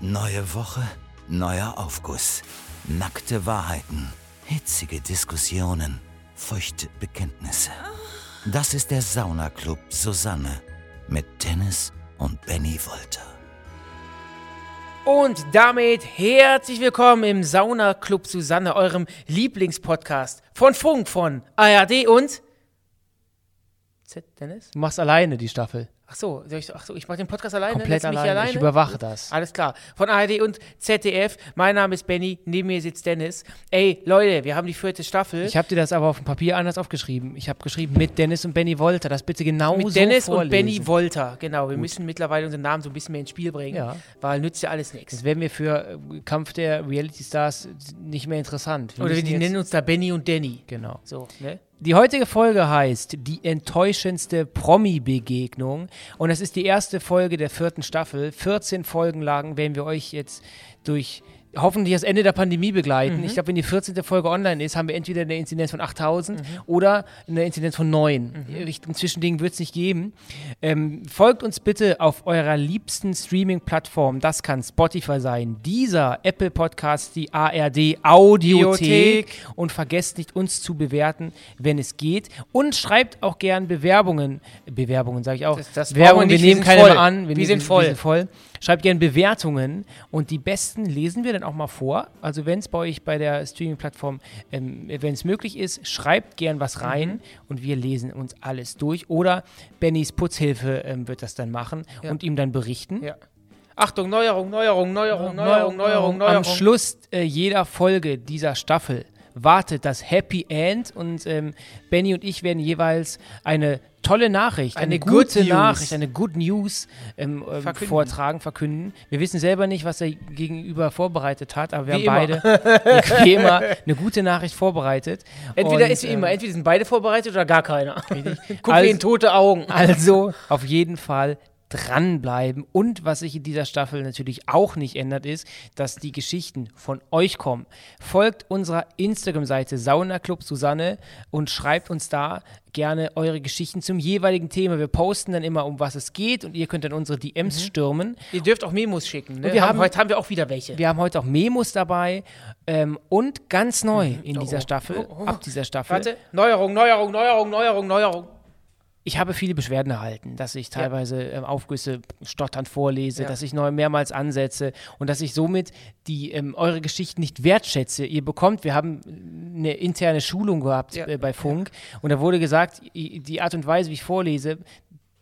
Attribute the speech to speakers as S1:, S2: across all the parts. S1: Neue Woche, neuer Aufguss. Nackte Wahrheiten, hitzige Diskussionen, feuchte Bekenntnisse. Das ist der Saunaclub Susanne mit Dennis und Benny Wolter.
S2: Und damit herzlich willkommen im Sauna Club Susanne, eurem Lieblingspodcast von Funk, von ARD und Z Dennis?
S3: Du machst alleine die Staffel.
S2: Ach so, soll ich, ach so, ich mache den Podcast alleine.
S3: Komplett
S2: lässt mich
S3: alleine.
S2: hier
S3: Ich überwache das.
S2: Alles klar. Von ARD und ZDF. Mein Name ist Benny, neben mir sitzt Dennis. Ey, Leute, wir haben die vierte Staffel.
S3: Ich habe dir das aber auf dem Papier anders aufgeschrieben. Ich habe geschrieben mit Dennis und Benny Wolter. Das bitte genau
S2: mit
S3: so
S2: Dennis
S3: vorlesen.
S2: und Benny Wolter. Genau, wir müssen mittlerweile unseren Namen so ein bisschen mehr ins Spiel bringen,
S3: Ja.
S2: weil nützt ja alles nichts.
S3: Das wäre mir für äh, Kampf der Reality Stars nicht mehr interessant.
S2: Oder wir
S3: müssen
S2: die
S3: jetzt-
S2: nennen uns da Benny und Danny.
S3: Genau.
S2: So, ne?
S3: Die heutige Folge heißt Die enttäuschendste Promi-Begegnung. Und das ist die erste Folge der vierten Staffel. 14 Folgen lang werden wir euch jetzt durch hoffentlich das Ende der Pandemie begleiten. Ich glaube, wenn die 14. Folge online ist, haben wir entweder eine Inzidenz von 8000 oder eine Inzidenz von 9. Richtung Zwischending wird es nicht geben. Ähm, folgt uns bitte auf eurer liebsten Streaming-Plattform. Das kann Spotify sein, dieser Apple Podcast, die ARD Audiothek. Und vergesst nicht, uns zu bewerten, wenn es geht. Und schreibt auch gern Bewerbungen. Bewerbungen sage ich auch.
S2: Das- das brauchen
S3: Werbung,
S2: wir nicht,
S3: wir
S2: wir
S3: nehmen
S2: sind
S3: keine
S2: voll.
S3: mehr an.
S2: Wir
S3: nehmen-
S2: sind voll.
S3: Wir sind voll. Schreibt gern Bewertungen. Und die besten lesen wir dann auch mal vor. Also wenn es bei euch bei der Streaming-Plattform, ähm, wenn es möglich ist, schreibt gern was rein.
S2: Mhm.
S3: Und wir lesen uns alles durch. Oder Bennys Putzhilfe ähm, wird das dann machen
S2: Ja.
S3: und ihm dann berichten.
S2: Ja. Achtung, Neuerung, Neuerung, Neuerung, Neuerung, Neuerung, Neuerung.
S3: Am Schluss äh, jeder Folge dieser Staffel wartet das Happy End und ähm, Benny und ich werden jeweils eine tolle Nachricht, eine,
S2: Eine Good
S3: gute
S2: News.
S3: Nachricht, eine Good News ähm, ähm,
S2: Verkünden.
S3: vortragen, verkünden. Wir wissen selber nicht, was der Gegenüber vorbereitet hat, aber wir
S2: Wie
S3: haben
S2: immer.
S3: beide wie immer eine gute Nachricht vorbereitet.
S2: Entweder
S3: Und,
S2: ist wie
S3: ähm,
S2: immer, entweder sind beide vorbereitet oder gar keiner. Gucken
S3: Also-
S2: wir in tote Augen.
S3: Also auf jeden Fall dranbleiben. Und was sich in dieser Staffel natürlich auch nicht ändert, ist, dass die Geschichten von euch kommen. Folgt unserer Instagram-Seite Sauna Club Susanne und schreibt uns da gerne eure Geschichten zum jeweiligen Thema. Wir posten dann immer, um was es geht und ihr könnt dann unsere DMs
S2: Mhm.
S3: stürmen.
S2: Ihr dürft auch Memos schicken. Ne?
S3: Und wir
S2: Haben-
S3: haben-
S2: heute haben wir auch wieder welche.
S3: Wir haben heute auch Memos dabei ähm, und ganz neu in
S2: Oh,
S3: dieser
S2: oh.
S3: Staffel,
S2: Oh, oh.
S3: ab dieser Staffel.
S2: Warte, Neuerung, Neuerung, Neuerung, Neuerung, Neuerung.
S3: ich habe viele Beschwerden erhalten, dass ich teilweise ähm, Aufgüsse stotternd vorlese,
S2: Ja.
S3: dass ich neu mehrmals ansetze und dass ich somit die ähm, eure Geschichten nicht wertschätze. Ihr bekommt, wir haben äh, eine interne Schulung gehabt
S2: Ja.
S3: äh, bei Funk und da wurde gesagt, i- die Art und Weise, wie ich vorlese,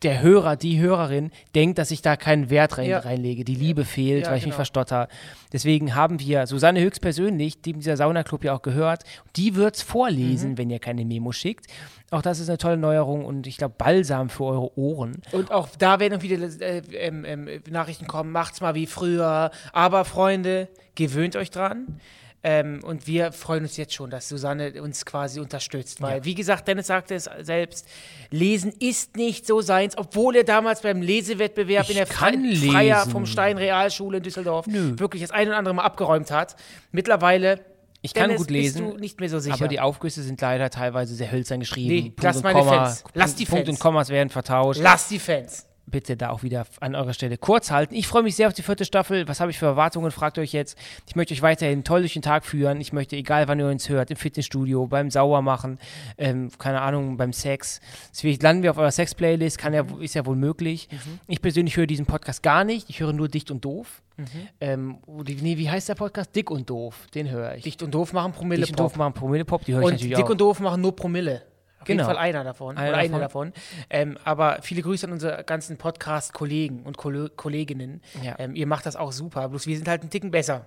S3: der Hörer, die Hörerin denkt, dass ich da keinen Wert rein,
S2: Ja.
S3: reinlege. Die Liebe fehlt,
S2: Ja,
S3: weil ich mich
S2: genau.
S3: verstotter. Deswegen haben wir Susanne höchstpersönlich, die dieser Saunaclub ja auch gehört, die wird es
S2: Mhm.
S3: vorlesen, wenn ihr keine Memo schickt. Auch das ist eine tolle Neuerung und ich glaube, Balsam für eure Ohren.
S2: Und auch da werden auch wieder äh, ähm, ähm, Nachrichten kommen, macht's mal wie früher. Aber Freunde, gewöhnt euch dran. Ähm, und wir freuen uns jetzt schon, dass Susanne uns quasi unterstützt. Weil, wie gesagt, Dennis sagte es selbst, Lesen ist nicht so seins, obwohl er damals beim Lesewettbewerb
S3: Ich
S2: in der Fre
S3: kann
S2: Freier
S3: lesen.
S2: vom Stein Realschule in Düsseldorf
S3: Nö.
S2: wirklich das ein und andere Mal abgeräumt hat. Mittlerweile
S3: Ich kann
S2: Dennis,
S3: gut lesen,
S2: bist du nicht mehr so sicher.
S3: Aber die Aufgüsse sind leider teilweise sehr hölzern geschrieben.
S2: Nee, lass meine Fans.
S3: Punkt,
S2: Lass die
S3: Punkt
S2: Fans.
S3: und Kommas werden vertauscht.
S2: Lass die Fans.
S3: bitte da auch wieder an eurer Stelle kurz halten. Ich freue mich sehr auf die vierte Staffel. Was habe ich für Erwartungen, fragt euch jetzt. Ich möchte euch weiterhin toll durch den Tag führen. Ich möchte, egal wann ihr uns hört, im Fitnessstudio, beim Sauermachen, ähm, keine Ahnung, beim Sex. Deswegen landen wir auf eurer Sex-Playlist, kann ja, ist ja wohl möglich.
S2: Mhm.
S3: Ich persönlich höre diesen Podcast gar nicht. Ich höre nur Dicht und Doof.
S2: Mhm.
S3: Ähm, oder- nee, wie heißt der Podcast? Dick und Doof. Den höre ich.
S2: Dicht und doof machen Promille.
S3: Dicht und Doof machen Promille-Pop, die höre ich
S2: Und
S3: natürlich
S2: dick
S3: auch.
S2: und doof machen nur Promille. Auf
S3: Genau.
S2: jeden Fall einer davon.
S3: Einer
S2: oder eine davon.
S3: davon.
S2: Ähm, aber viele Grüße an unsere ganzen Podcast-Kollegen und Kollo- Kolleginnen.
S3: Ja.
S2: Ähm, ihr macht das auch super. Bloß wir sind halt einen Ticken besser.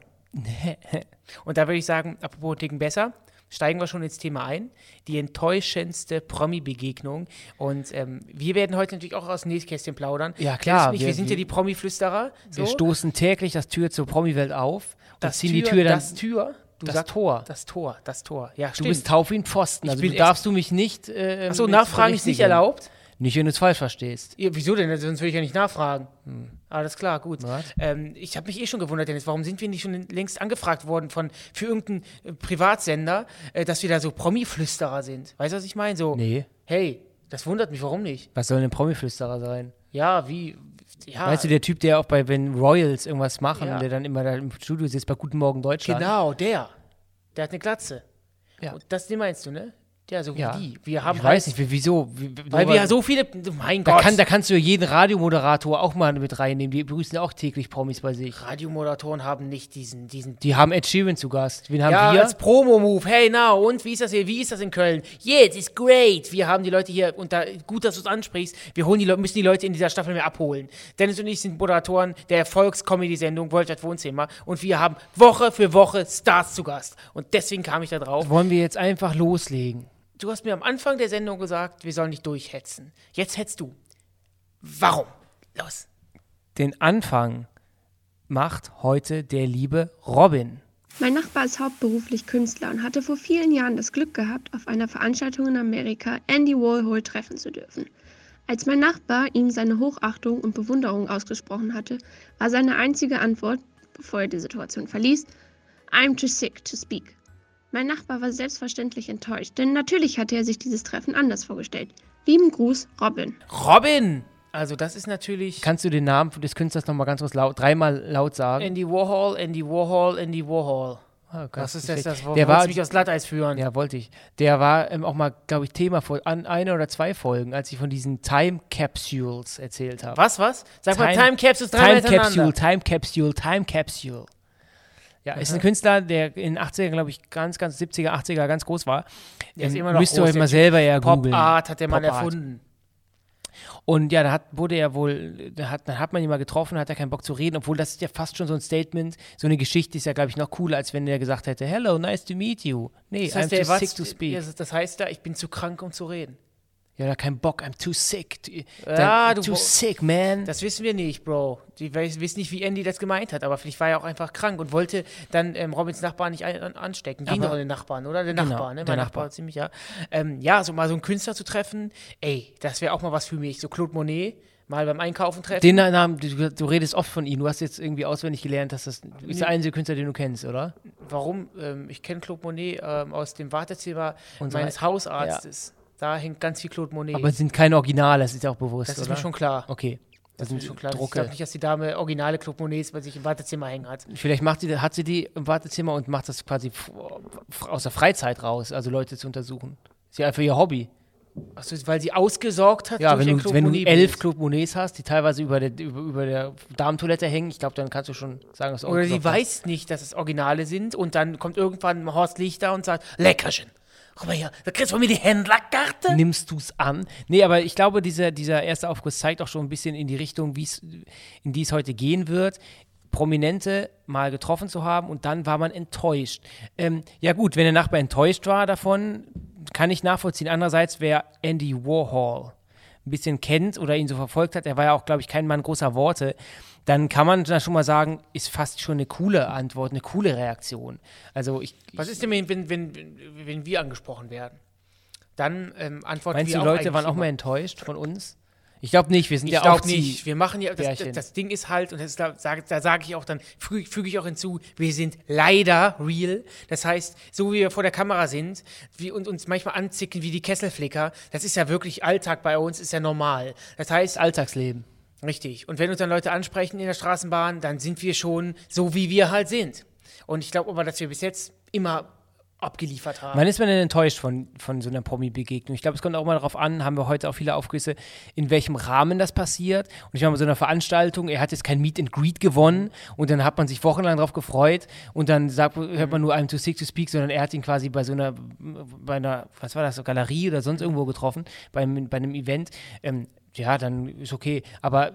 S2: und da würde ich sagen, apropos einen Ticken besser, steigen wir schon ins Thema ein. Die enttäuschendste Promi-Begegnung. Und ähm, wir werden heute natürlich auch aus dem Nähkästchen plaudern.
S3: Ja, klar,
S2: Wir, wir
S3: wir-
S2: sind ja
S3: wir-
S2: die Promi-Flüsterer.
S3: Wir stoßen täglich das Tür zur Promi-Welt auf und
S2: das
S3: ziehen
S2: Tür,
S3: die Tür dann
S2: das Tür. Du
S3: das
S2: sagst
S3: Tor.
S2: Das Tor, das Tor. Ja,
S3: Du
S2: stimmt.
S3: bist taub wie ein Pfosten. Also
S2: bin
S3: du darfst du mich nicht. Äh,
S2: Achso,
S3: mit
S2: Nachfragen ist nicht
S3: berichtigen.
S2: erlaubt.
S3: Nicht, wenn du es falsch verstehst.
S2: Ja, wieso denn? Also, Sonst würde ich ja nicht nachfragen. Hm. Alles klar, gut.
S3: Was?
S2: Ähm, ich habe mich eh schon gewundert, Dennis, warum sind wir nicht schon längst angefragt worden von für irgendeinen äh, Privatsender, äh, dass wir da so Promi-Flüsterer sind? Weißt du, was ich meine? So,
S3: Nee.
S2: hey, das wundert mich, warum nicht?
S3: Was soll denn ein Promiflüsterer sein?
S2: Ja, wie Ja.
S3: Weißt du, der Typ, der auch bei, wenn Royals irgendwas machen,
S2: Ja.
S3: der dann immer da im Studio sitzt, bei Guten Morgen Deutschland.
S2: Genau, der. Der hat eine Glatze.
S3: Ja.
S2: Und das den meinst du, ne? Ja, so wie
S3: Ja.
S2: die. Wir haben
S3: Ich
S2: halt-
S3: weiß nicht, wie- wieso. Wie,
S2: Weil wir
S3: so
S2: ja so viele. Mein
S3: Da,
S2: Gott.
S3: kann, da kannst du ja jeden Radiomoderator auch mal mit reinnehmen. Die begrüßen ja auch täglich Promis bei sich.
S2: Radiomoderatoren haben nicht diesen. diesen
S3: Die haben Ed Sheeran zu Gast. Wen haben
S2: ja,
S3: wir?
S2: als Promo-Move. Hey, now. Und wie ist das hier? Wie ist das in Köln? Yes, it's great. Wir haben die Leute hier. Und da, gut, dass du es ansprichst. Wir holen die Leute, müssen die Leute in dieser Staffel mehr abholen. Dennis und ich sind Moderatoren der Erfolgs-Comedy-Sendung Wollstadt Wohnzimmer. Und wir haben Woche für Woche Stars zu Gast. Und deswegen kam ich da drauf.
S3: Wollen wir jetzt einfach loslegen?
S2: Du hast mir am Anfang der Sendung gesagt, wir sollen nicht durchhetzen. Jetzt hetzt du. Warum? Los.
S3: Den Anfang macht heute der liebe Robin.
S4: Mein Nachbar ist hauptberuflich Künstler und hatte vor vielen Jahren das Glück gehabt, auf einer Veranstaltung in Amerika Andy Warhol treffen zu dürfen. Als mein Nachbar ihm seine Hochachtung und Bewunderung ausgesprochen hatte, war seine einzige Antwort, bevor er die Situation verließ, I'm too sick to speak. Mein Nachbar war selbstverständlich enttäuscht, denn natürlich hatte er sich dieses Treffen anders vorgestellt. Lieben Gruß, Robin.
S2: Robin! Also, das ist natürlich.
S3: Kannst du den Namen des Künstlers nochmal ganz kurz laut, dreimal laut sagen?
S2: Andy Warhol, Andy Warhol, Andy Warhol.
S3: Ah, krass,
S2: Das ist jetzt das Wort.
S3: Der
S2: wolltest
S3: war,
S2: mich aufs Glatteis führen.
S3: ja, wollte ich. Der war ähm, auch mal, glaube ich, Thema vor an einer oder zwei Folgen, als ich von diesen Time Capsules erzählt habe.
S2: Was, was? Sag mal,
S3: Time-
S2: Time Capsule
S3: Time
S2: dreimal
S3: Capsule,
S2: hintereinander.
S3: Time Capsule, Time Capsule. Ja, ist ein Künstler, der in den 80er, glaube ich, ganz, ganz 70er, 80er ganz groß war.
S2: Der ist
S3: Ähm,
S2: immer noch
S3: müsst ihr
S2: groß,
S3: euch
S2: der
S3: mal
S2: Typ.
S3: selber ja googeln.
S2: Pop Art hat der Mann
S3: Pop Art.
S2: erfunden.
S3: Und ja, da hat, wurde er wohl, da hat, dann hat man ihn mal getroffen, hat er keinen Bock zu reden, obwohl das ist ja fast schon so ein Statement. So eine Geschichte ist ja, glaube ich, noch cooler, als wenn er gesagt hätte, hello, nice to meet you. Nee,
S2: Das heißt,
S3: I'm
S2: der
S3: too
S2: war,
S3: sick to speak.
S2: Das, das heißt da, ich bin zu krank, um zu reden.
S3: Ja, da keinen Bock, I'm too sick. To,
S2: Ja,
S3: I'm
S2: Ah, du
S3: too
S2: Bo-
S3: sick, man.
S2: Das wissen wir nicht, Bro. Die weiß- wissen nicht, wie Andy das gemeint hat, aber vielleicht war er auch einfach krank und wollte dann ähm, Robins Nachbarn nicht ein, an, anstecken. Ging
S3: Aber-
S2: doch an den Nachbarn, oder? Der
S3: Genau,
S2: Nachbar, ne?
S3: der
S2: Mein
S3: Nachbar.
S2: Nachbar, ziemlich, ja. Ähm, ja, so mal so einen Künstler zu treffen, ey, das wäre auch mal was für mich. So Claude Monet mal beim Einkaufen treffen.
S3: Den Namen, du, du redest oft von ihm. Du hast jetzt irgendwie auswendig gelernt, dass das ist der einzige Künstler, den du kennst, oder?
S2: Warum? Ähm, ich kenne Claude Monet ähm, aus dem Wartezimmer
S3: Unserer-
S2: meines Hausarztes. Da hängt ganz viel Claude Monet.
S3: Aber es sind keine Originale, das ist ja auch bewusst,
S2: das ist
S3: oder?
S2: mir schon klar.
S3: okay.
S2: Das ist mir schon klar. Ich
S3: Drucke.
S2: glaube nicht, dass die Dame originale Claude Monets bei sich im Wartezimmer hängen hat.
S3: Vielleicht macht sie, hat sie die im Wartezimmer und macht das quasi f- f- aus der Freizeit raus, also Leute zu untersuchen. Ist ja einfach ihr Hobby.
S2: Achso, weil sie ausgesorgt hat
S3: Ja,
S2: durch
S3: wenn
S2: ihr
S3: du,
S2: Claude
S3: wenn du
S2: Monet
S3: elf
S2: Bild.
S3: Club Monets hast, die teilweise über der, über, über der Damentoilette hängen, ich glaube, dann kannst du schon sagen, dass du
S2: Oder sie
S3: ausgesorgt hast.
S2: weiß nicht, dass es Originale sind und dann kommt irgendwann Horst Lichter und sagt, Leckerchen, komm mal her, da kriegst du von mir die Händlerkarte.
S3: Nimmst du es an? Nee, aber ich glaube, dieser, dieser erste Aufguss zeigt auch schon ein bisschen in die Richtung, wie's, in die es heute gehen wird. Prominente mal getroffen zu haben und dann war man enttäuscht. Ähm, ja, gut, wenn der Nachbar enttäuscht war davon, kann ich nachvollziehen. Andererseits wäre Andy Warhol ein bisschen kennt oder ihn so verfolgt hat, er war ja auch, glaube ich, kein Mann großer Worte, dann kann man da schon mal sagen, ist fast schon eine coole Antwort, eine coole Reaktion. Also ich,
S2: Was ist denn, wenn, wenn, wenn, wenn wir angesprochen werden? Dann ähm, antworten
S3: Meinst
S2: wir
S3: du,
S2: auch
S3: Leute waren
S2: eigentlich
S3: auch mal enttäuscht von uns? Ich glaube nicht, wir sind
S2: Ich
S3: ja auch
S2: glaube
S3: die-
S2: nicht. Wir machen ja, das,
S3: Bärchen.
S2: das Ding ist halt, und das ist, da sage da sag ich auch dann, füge füge ich auch hinzu, wir sind leider real. Das heißt, so wie wir vor der Kamera sind wie, und uns manchmal anzicken wie die Kesselflicker, das ist ja wirklich Alltag bei uns, ist ja normal. Das heißt,
S3: Alltagsleben.
S2: richtig. Und wenn uns dann Leute ansprechen in der Straßenbahn, dann sind wir schon so, wie wir halt sind. Und ich glaube aber, dass wir bis jetzt immer abgeliefert haben.
S3: Wann ist man denn enttäuscht von, von so einer Promi-Begegnung? Ich glaube, es kommt auch mal darauf an, haben wir heute auch viele Aufgüsse, in welchem Rahmen das passiert. Und ich meine, bei so einer Veranstaltung, er hat jetzt kein Meet and Greet gewonnen und dann hat man sich wochenlang darauf gefreut und dann sagt, hört man nur I'm too sick to speak, sondern er hat ihn quasi bei so einer, bei einer, was war das, so Galerie oder sonst irgendwo getroffen, bei einem, bei einem Event. Ähm, ja, dann ist okay. Aber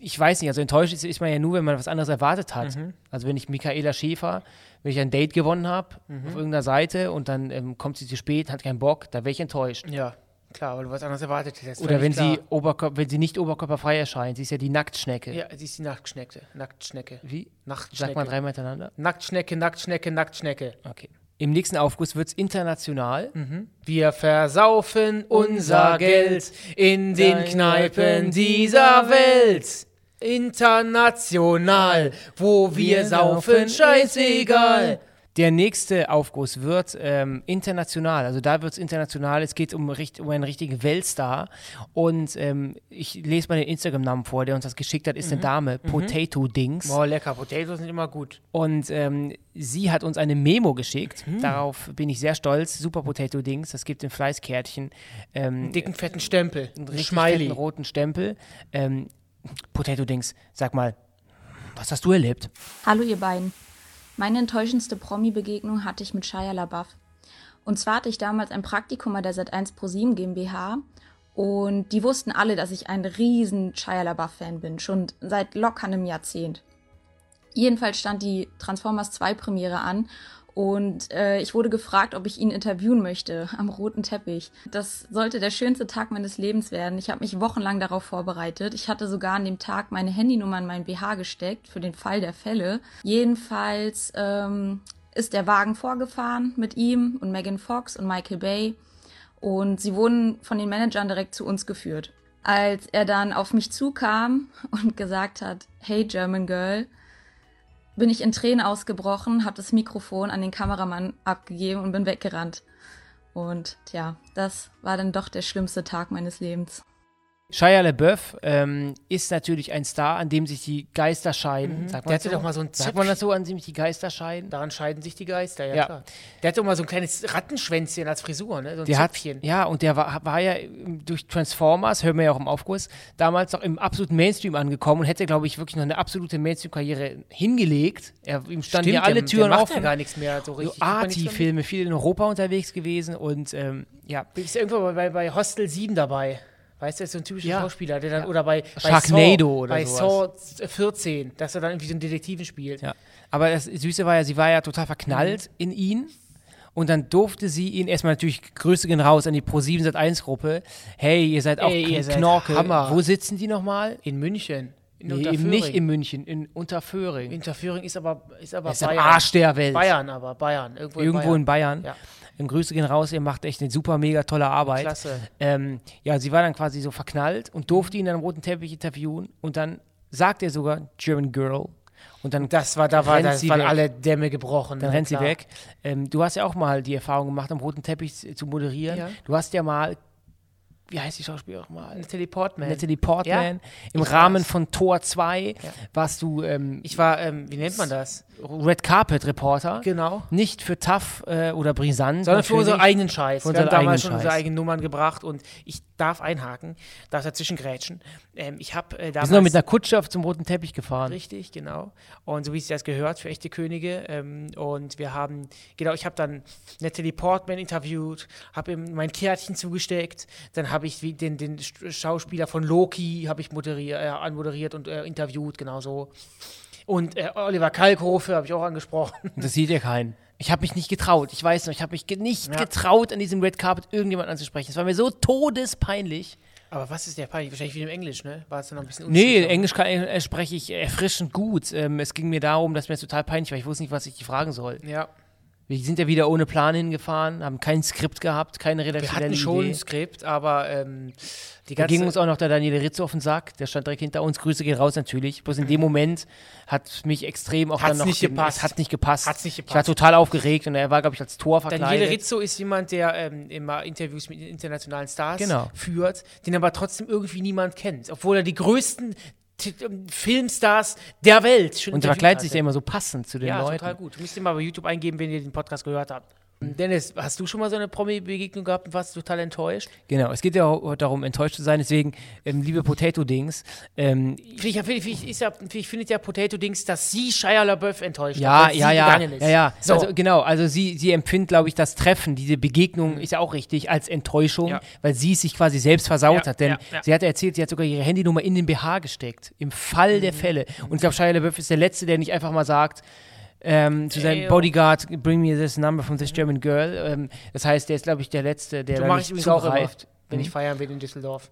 S3: ich weiß nicht, also enttäuscht ist, ist man ja nur, wenn man was anderes erwartet hat.
S2: Mhm.
S3: Also wenn ich Michaela Schäfer, wenn ich ein Date gewonnen habe
S2: Mhm.
S3: auf irgendeiner Seite und dann ähm, kommt sie zu spät, hat keinen Bock, da wäre ich enttäuscht.
S2: ja, klar, weil du was anderes erwartet hättest.
S3: Oder wenn
S2: Völlig
S3: sie,
S2: klar.
S3: Oberkörper, wenn sie nicht oberkörperfrei erscheint, sie ist ja die Nacktschnecke.
S2: Ja, sie ist die Nacktschnecke. Nacktschnecke.
S3: Wie?
S2: Nachtschnecke.
S3: Sag mal dreimal hintereinander.
S2: Nacktschnecke, Nacktschnecke, Nacktschnecke.
S3: Okay. Im nächsten Aufguss wird es international.
S2: Wir versaufen unser Geld in den Kneipen dieser Welt. International, wo wir saufen, scheißegal.
S3: Der nächste Aufguss wird ähm, international. Also da wird es international. Es geht um, richt- um einen richtigen Weltstar. Und ähm, ich lese mal den Instagram-Namen vor, der uns das geschickt hat, ist
S2: Mhm.
S3: eine Dame, Potato Dings.
S2: Boah, Oh, lecker. Potatoes sind immer gut.
S3: Und ähm, sie hat uns eine Memo geschickt.
S2: Mhm.
S3: Darauf bin ich sehr stolz. Super Potato Dings. Das gibt ein Fleißkärtchen. Ähm,
S2: Dicken, Mm. fetten Stempel.
S3: einen
S2: Ein
S3: richtig
S2: Schmeili.
S3: fetten roten Stempel. Ähm, Potato Dings, sag mal, was hast du erlebt?
S5: Hallo ihr beiden. Meine enttäuschendste Promi-Begegnung hatte ich mit Shia LaBeouf. Und zwar hatte ich damals ein Praktikum bei der Sat1 ProSieben GmbH und die wussten alle, dass ich ein riesen Shia LaBeouf-Fan bin, schon seit locker einem Jahrzehnt. Jedenfalls stand die Transformers 2 Premiere an und äh, ich wurde gefragt, ob ich ihn interviewen möchte am roten Teppich. Das sollte der schönste Tag meines Lebens werden. Ich habe mich wochenlang darauf vorbereitet. Ich hatte sogar an dem Tag meine Handynummer in meinen BH gesteckt für den Fall der Fälle. Jedenfalls ähm, ist der Wagen vorgefahren mit ihm und Megan Fox und Michael Bay und sie wurden von den Managern direkt zu uns geführt. Als er dann auf mich zukam und gesagt hat, hey German Girl, bin ich in Tränen ausgebrochen, habe das Mikrofon an den Kameramann abgegeben und bin weggerannt. Und tja, das war dann doch der schlimmste Tag meines Lebens.
S3: Shia LaBeouf ähm, ist natürlich ein Star, an dem sich die Geister scheiden.
S2: Mhm. Der
S3: Sagt man das
S2: hatte
S3: so?
S2: doch mal so ein
S3: Sagt man das so, an dem sich die Geister scheiden?
S2: Daran scheiden sich die Geister, ja,
S3: Ja.
S2: klar. Der hatte immer so ein kleines Rattenschwänzchen als Frisur, ne? So ein
S3: Der hat,
S2: Zöpfchen.
S3: ja, und der war, war ja ähm, durch Transformers, hören wir ja auch im Aufguss, damals noch im absoluten Mainstream angekommen und hätte, glaube ich, wirklich noch eine absolute Mainstream-Karriere hingelegt. Er, ihm standen ja
S2: der-
S3: alle Türen
S2: der macht
S3: offen.
S2: Ja gar nichts mehr so
S3: so
S2: richtig. Kriegt man nichts mehr
S3: Arti-Filme, viel in Europa unterwegs gewesen und ähm, ja,
S2: mit. Ist irgendwo bei, bei, bei Hostel 7 dabei. Weißt du, ist so ein typischer
S3: Ja.
S2: Schauspieler, der dann, oder bei, bei
S3: Sharknado
S2: Saw,
S3: oder
S2: bei
S3: sowas.
S2: Saw 14, dass er dann irgendwie so einen Detektiven spielt.
S3: Ja. Aber das Süße war ja, sie war ja total
S2: Mhm.
S3: verknallt in ihn. Und dann durfte sie ihn erstmal natürlich Grüße gehen raus an die Pro7 1 Gruppe. Hey, ihr seid auch
S2: Ey, ihr seid
S3: Knorke.
S2: Hammer.
S3: Wo sitzen die nochmal?
S2: In München. In
S3: Nee,
S2: Unterföhring.
S3: eben nicht in München, in Unterföhring.
S2: Unterföhring ist aber, ist aber
S3: das ist
S2: Bayern.
S3: am Arsch der Welt.
S2: Bayern aber, Bayern. Irgendwo,
S3: Irgendwo
S2: in
S3: in Bayern.
S2: Ja.
S3: Dann Grüße gehen raus, ihr macht echt eine super, mega tolle Arbeit.
S2: Klasse. Mhm.
S3: Ähm, ja, sie war dann quasi so verknallt und durfte ihn dann am roten Teppich interviewen. Und dann sagt er sogar German Girl. Und dann
S2: Das war, da war,
S3: rennt
S2: da
S3: sie
S2: waren
S3: weg.
S2: alle Dämme gebrochen.
S3: Dann
S2: ja,
S3: rennt sie
S2: klar.
S3: weg. Ähm, du hast ja auch mal die Erfahrung gemacht, am roten Teppich z- zu moderieren.
S2: Ja.
S3: Du hast ja mal, wie heißt die Schauspielerin mal?
S2: Natalie Portman.
S3: Natalie Portman.
S2: Äh, Ja.
S3: Im
S2: Ich
S3: Rahmen
S2: war's.
S3: von Tor 2 warst du ähm,
S2: Ich war, ähm, wie nennt man das?
S3: Red Carpet Reporter.
S2: Genau.
S3: Nicht für Tough äh, oder Brisant.
S2: Sondern für unseren
S3: natürlich.
S2: eigenen Scheiß.
S3: Für
S2: Wir haben
S3: unseren eigenen
S2: damals schon unsere
S3: Scheiß.
S2: eigenen Nummern gebracht und ich darf einhaken, darf dazwischen grätschen. Ähm, ich habe äh,
S3: Wir
S2: damals.
S3: sind noch mit einer Kutsche auf zum roten Teppich gefahren.
S2: Richtig, genau. Und so wie es das gehört, für echte Könige. Ähm, und wir haben, genau, ich habe dann Natalie Portman interviewt, habe ihm mein Kärtchen zugesteckt. Dann habe ich wie den, den Sch- Schauspieler von Loki habe ich moderiert, äh, anmoderiert und äh, interviewt, genau so. Und äh, Oliver Kalkofe habe ich auch angesprochen.
S3: Und Das sieht ja keinen. Ich habe mich nicht getraut. Ich weiß noch, ich habe mich ge nicht
S2: Ja.
S3: getraut, an diesem Red Carpet irgendjemand anzusprechen. Es war mir so todespeinlich.
S2: Aber was ist der Peinlich? Wahrscheinlich wie im Englisch, ne? War es dann noch ein bisschen
S3: Nee,
S2: unsicher?
S3: Englisch kann, äh, spreche ich erfrischend gut. Ähm, es ging mir darum, dass mir das total peinlich war. Ich wusste nicht, was ich die fragen soll.
S2: Ja.
S3: Wir sind ja wieder ohne Plan hingefahren, haben kein Skript gehabt, keine
S2: Wir
S3: redaktionelle
S2: hatten schon
S3: Idee.
S2: ein Skript, aber ähm, die
S3: Da
S2: ganze
S3: ging uns auch noch der Daniel Rizzo auf den Sack. Der stand direkt hinter uns. Grüße gehen raus natürlich. Bloß in dem Moment hat mich extrem auch
S2: Hat's
S3: dann noch...
S2: nicht
S3: den-
S2: gepasst.
S3: Es hat nicht gepasst.
S2: Hat's nicht
S3: Ich war
S2: gepasst.
S3: total aufgeregt und er war, glaube ich, als Tor
S2: Daniele
S3: verkleidet.
S2: Rizzo ist jemand, der ähm, immer Interviews mit internationalen Stars
S3: Genau.
S2: führt, den aber trotzdem irgendwie niemand kennt, obwohl er die größten T ähm, Filmstars der Welt schon
S3: und
S2: interviewt
S3: verkleidet sich
S2: hatte.
S3: ja immer so passend zu den
S2: Ja,
S3: Leuten.
S2: total gut. Müsst ihr mal bei YouTube eingeben, wenn ihr den Podcast gehört habt. Dennis, hast du schon mal so eine Promi-Begegnung gehabt und warst total enttäuscht?
S3: Genau, es geht ja auch darum, enttäuscht zu sein. Deswegen, ähm, liebe Potato-Dings, ähm,
S2: Vielleicht, vielleicht, vielleicht, ist ja, vielleicht findet ja Potato Dings, dass sie Shia LaBeouf enttäuscht
S3: Ja,
S2: hat, weil
S3: ja,
S2: sie
S3: ja,
S2: gegangen ist.
S3: ja, ja.
S2: So.
S3: Also, genau, also sie, sie empfindet, glaube ich, das Treffen, diese Begegnung ist ja auch richtig, als Enttäuschung,
S2: Mhm. Ja.
S3: weil sie es sich quasi selbst versaut
S2: Ja,
S3: hat. Denn
S2: ja, ja.
S3: sie hat ja erzählt, sie hat sogar ihre Handynummer in den BH gesteckt, im Fall
S2: Mhm.
S3: der Fälle. Und ich glaube, Shia LaBeouf ist der Letzte, der nicht einfach mal sagt, ähm, zu seinem
S2: Ey, oh.
S3: Bodyguard, bring me this number from this German girl. Ähm, das heißt, der ist, glaube ich, der Letzte, der
S2: So
S3: da
S2: mache ich
S3: nicht
S2: übrigens auch immer,
S3: zugreift.
S2: wenn
S3: Mhm.
S2: ich feiern will in Düsseldorf.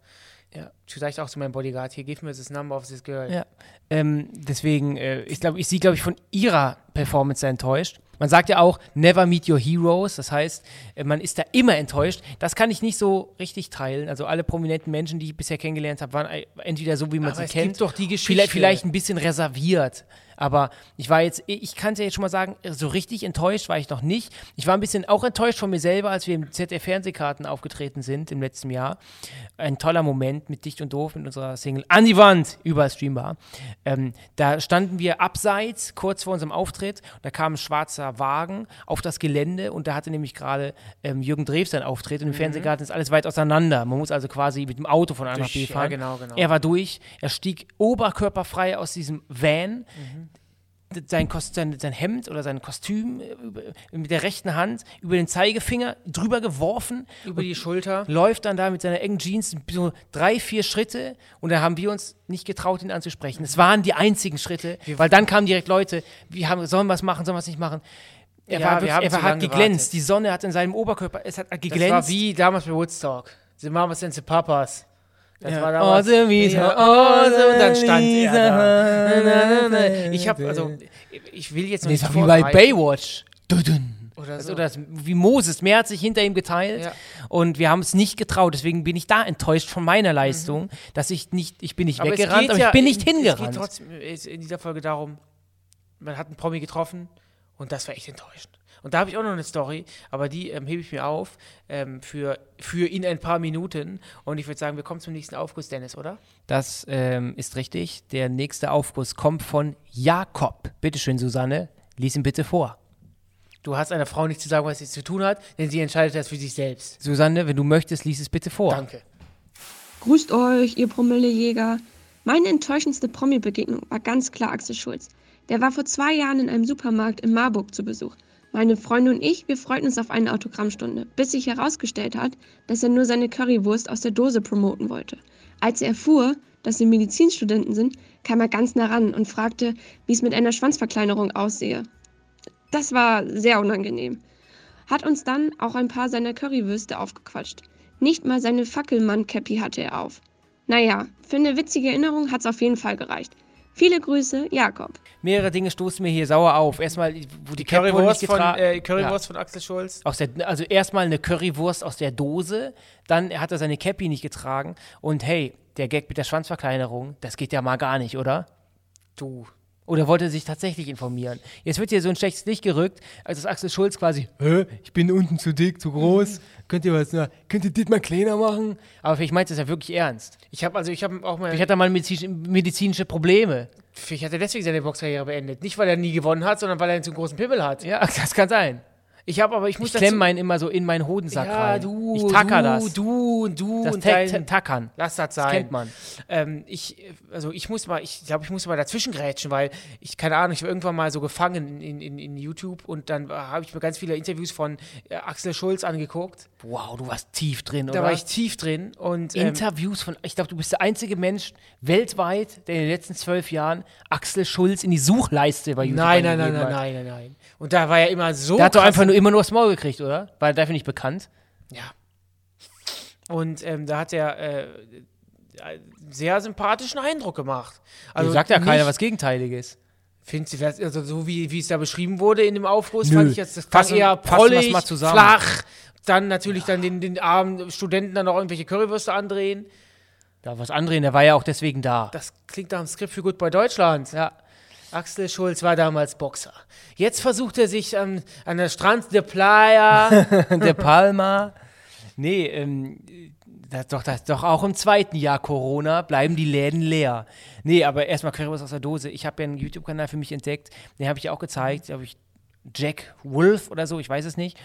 S2: Ja, sag ich auch zu meinem Bodyguard, hier, give me this number of this girl.
S3: Ja. Ähm, deswegen, äh, ich glaube, ich sie, glaube ich, von ihrer Performance sehr enttäuscht. Man sagt ja auch, never meet your heroes. Das heißt, äh, man ist da immer enttäuscht. Das kann ich nicht so richtig teilen. Also alle prominenten Menschen, die ich bisher kennengelernt habe, waren äh, entweder so, wie man
S2: Aber
S3: sie
S2: es
S3: kennt,
S2: gibt doch die Geschichte.
S3: vielleicht, vielleicht ein bisschen reserviert. Aber ich war jetzt, ich kann es ja jetzt schon mal sagen, so richtig enttäuscht war ich noch nicht. Ich war ein bisschen auch enttäuscht von mir selber, als wir im ZDF Fernsehkarten aufgetreten sind im letzten Jahr. Ein toller Moment mit Dicht und Doof, mit unserer Single An die Wand, überall streambar. Ähm, da standen wir abseits, kurz vor unserem Auftritt. Da kam ein schwarzer Wagen auf das Gelände und da hatte nämlich gerade ähm, Jürgen Drews seinen Auftritt.
S2: Mhm.
S3: Und im Fernsehgarten ist alles weit auseinander. Man muss also quasi mit dem Auto von A nach B
S2: Durch- ja,
S3: fahren.
S2: genau, genau.
S3: Er war durch, er stieg oberkörperfrei aus diesem Van
S2: Mhm.
S3: sein, Kost, sein, sein Hemd oder sein Kostüm äh, über, mit der rechten Hand über den Zeigefinger drüber geworfen,
S2: Über die Schulter.
S3: läuft dann da mit seiner engen Jeans so drei, vier Schritte und da haben wir uns nicht getraut, ihn anzusprechen. Es waren die einzigen Schritte, weil dann kamen direkt Leute, wir haben, sollen wir es machen, sollen wir es nicht machen. Er,
S2: Ja,
S3: war
S2: wir
S3: wirklich,
S2: haben
S3: er
S2: zu
S3: war, hat
S2: lange
S3: geglänzt,
S2: gewartet.
S3: die Sonne hat in seinem Oberkörper, es hat
S2: Das
S3: geglänzt.
S2: war wie damals bei Woodstock. The Mamas and the Papas. Das war
S3: Oh,
S2: damals.
S3: Semita,
S2: Ja, oh,
S3: oh,
S2: so, und dann stand er da. Na,
S3: Semita.
S2: na, na. Ich habe also, ich will jetzt noch
S3: Nee, es
S2: nicht
S3: war wie bei
S2: vorgreifen
S3: Baywatch. Dudun.
S2: oder
S3: Das,
S2: so.
S3: oder Also, das, wie Moses, mehr hat sich hinter ihm geteilt
S2: Also Ja.
S3: und wir haben es nicht getraut. Deswegen bin ich da enttäuscht von meiner Leistung, dass ich nicht, ich bin nicht
S2: Mhm. es
S3: weggerannt,
S2: geht
S3: aber
S2: ja-
S3: ich bin nicht
S2: Es geht
S3: hingerannt.
S2: trotzdem es- in dieser Folge darum, man hat einen Promi getroffen und das war echt enttäuschend. Und da habe ich auch noch eine Story, aber die ähm, hebe ich mir auf ähm, für, für in ein paar Minuten. Und ich würde sagen, wir kommen zum nächsten Aufguss, Dennis, oder?
S3: Das ähm, ist richtig. Der nächste Aufguss kommt von Jakob. Bitte schön, Susanne, lies ihn bitte vor.
S2: Du hast einer Frau nichts zu sagen, was sie zu tun hat, denn sie entscheidet das für sich selbst.
S3: Susanne, wenn du möchtest, lies es bitte vor.
S2: Danke.
S4: Grüßt euch, ihr Promillejäger. Meine enttäuschendste Promi-Begegnung war ganz klar Axel Schulz. Der war vor zwei Jahren in einem Supermarkt in Marburg zu Besuch. Meine Freunde und ich, wir freuten uns auf eine Autogrammstunde, bis sich herausgestellt hat, dass er nur seine Currywurst aus der Dose promoten wollte. Als er erfuhr, dass sie Medizinstudenten sind, kam er ganz nah ran und fragte, wie es mit einer Schwanzverkleinerung aussehe. Das war sehr unangenehm. Hat uns dann auch ein paar seiner Currywürste aufgequatscht. Nicht mal seine Fackelmann-Cappy hatte er auf. Naja, für eine witzige Erinnerung hat's auf jeden Fall gereicht. Viele Grüße, Jakob.
S3: Mehrere Dinge stoßen mir hier sauer auf. Erstmal, wo die, Cap wohl
S2: Currywurst,
S3: nicht
S2: von,
S3: getra-
S2: äh, Currywurst von Axel Schulz.
S3: Aus der, also erstmal eine Currywurst aus der Dose, dann hat er seine Cappy nicht getragen und hey, der Gag mit der Schwanzverkleinerung, das geht ja mal gar nicht, oder? Du. Oder wollte er sich tatsächlich informieren? Jetzt wird hier so ein schlechtes Licht gerückt, als ist Axel Schulz quasi, Hä, ich bin unten zu dick, zu groß, könnt ihr was, na, könnt ihr das mal kleiner machen? Aber ich meinte es ja wirklich ernst.
S2: Ich habe also, ich habe auch mal.
S3: Ich hatte mal medizinische, medizinische Probleme.
S2: Vielleicht hat er deswegen seine Boxkarriere beendet. Nicht, weil er nie gewonnen hat, sondern weil er einen zu großen Pimmel hat.
S3: Ja, das kann sein.
S2: Ich habe aber, ich muss
S3: Ich klemme meinen immer so in meinen Hodensack
S2: Ja,
S3: rein.
S2: du,
S3: ich tacker
S2: du,
S3: das.
S2: du und du
S3: das
S2: und
S3: Ta- Ta-
S2: dein-
S3: Tackern.
S2: Lass das sein.
S3: Das kennt man.
S2: Ähm, ich, äh, also ich muss mal, ich glaube, ich muss mal dazwischen grätschen, weil ich, keine Ahnung, ich war irgendwann mal so gefangen in, in, in YouTube und dann äh, habe ich mir ganz viele Interviews von äh, Axel Schulz angeguckt.
S3: Wow, du warst tief drin,
S2: Da
S3: oder?
S2: war ich tief drin und ähm,
S3: Interviews von, ich glaube, du bist der einzige Mensch weltweit, der in den letzten zwölf Jahren Axel Schulz in die Suchleiste bei YouTube
S2: nein, nein, nein,
S3: eingegeben
S2: nein,
S3: hat.
S2: nein, nein, nein. Und da war ja immer so.
S3: Der hat doch
S2: krass-
S3: einfach nur immer nur aufs Maul gekriegt, oder? War dafür nicht bekannt.
S2: Ja. Und ähm, da hat er äh, äh, sehr sympathischen Eindruck gemacht.
S3: Also sagt ja keiner
S2: nicht-
S3: was Gegenteiliges.
S2: Findest du, das- also so wie, wie es da beschrieben wurde in dem Aufguss,
S3: Nö.
S2: fand ich jetzt das klang
S3: Fassen-
S2: eher
S3: fassen wir's
S2: prollig,
S3: mal zusammen.
S2: flach. Dann natürlich dann den, den armen Studenten dann noch irgendwelche Currywürste andrehen.
S3: Da was andrehen, der war ja auch deswegen da.
S2: Das klingt nach einem Skript für Gut bei Deutschland.
S3: ja.
S2: Axel Schulz war damals Boxer. Jetzt versucht er sich an, an der Strand de Playa.
S3: Der Palma. Nee, ähm, das, doch, das, doch auch im zweiten Jahr Corona bleiben die Läden leer. Nee, aber erstmal Currywurst aus der Dose. Ich habe ja einen YouTube-Kanal für mich entdeckt. Den habe ich auch gezeigt. Glaube ich, Jack Wolf oder so, ich weiß es nicht.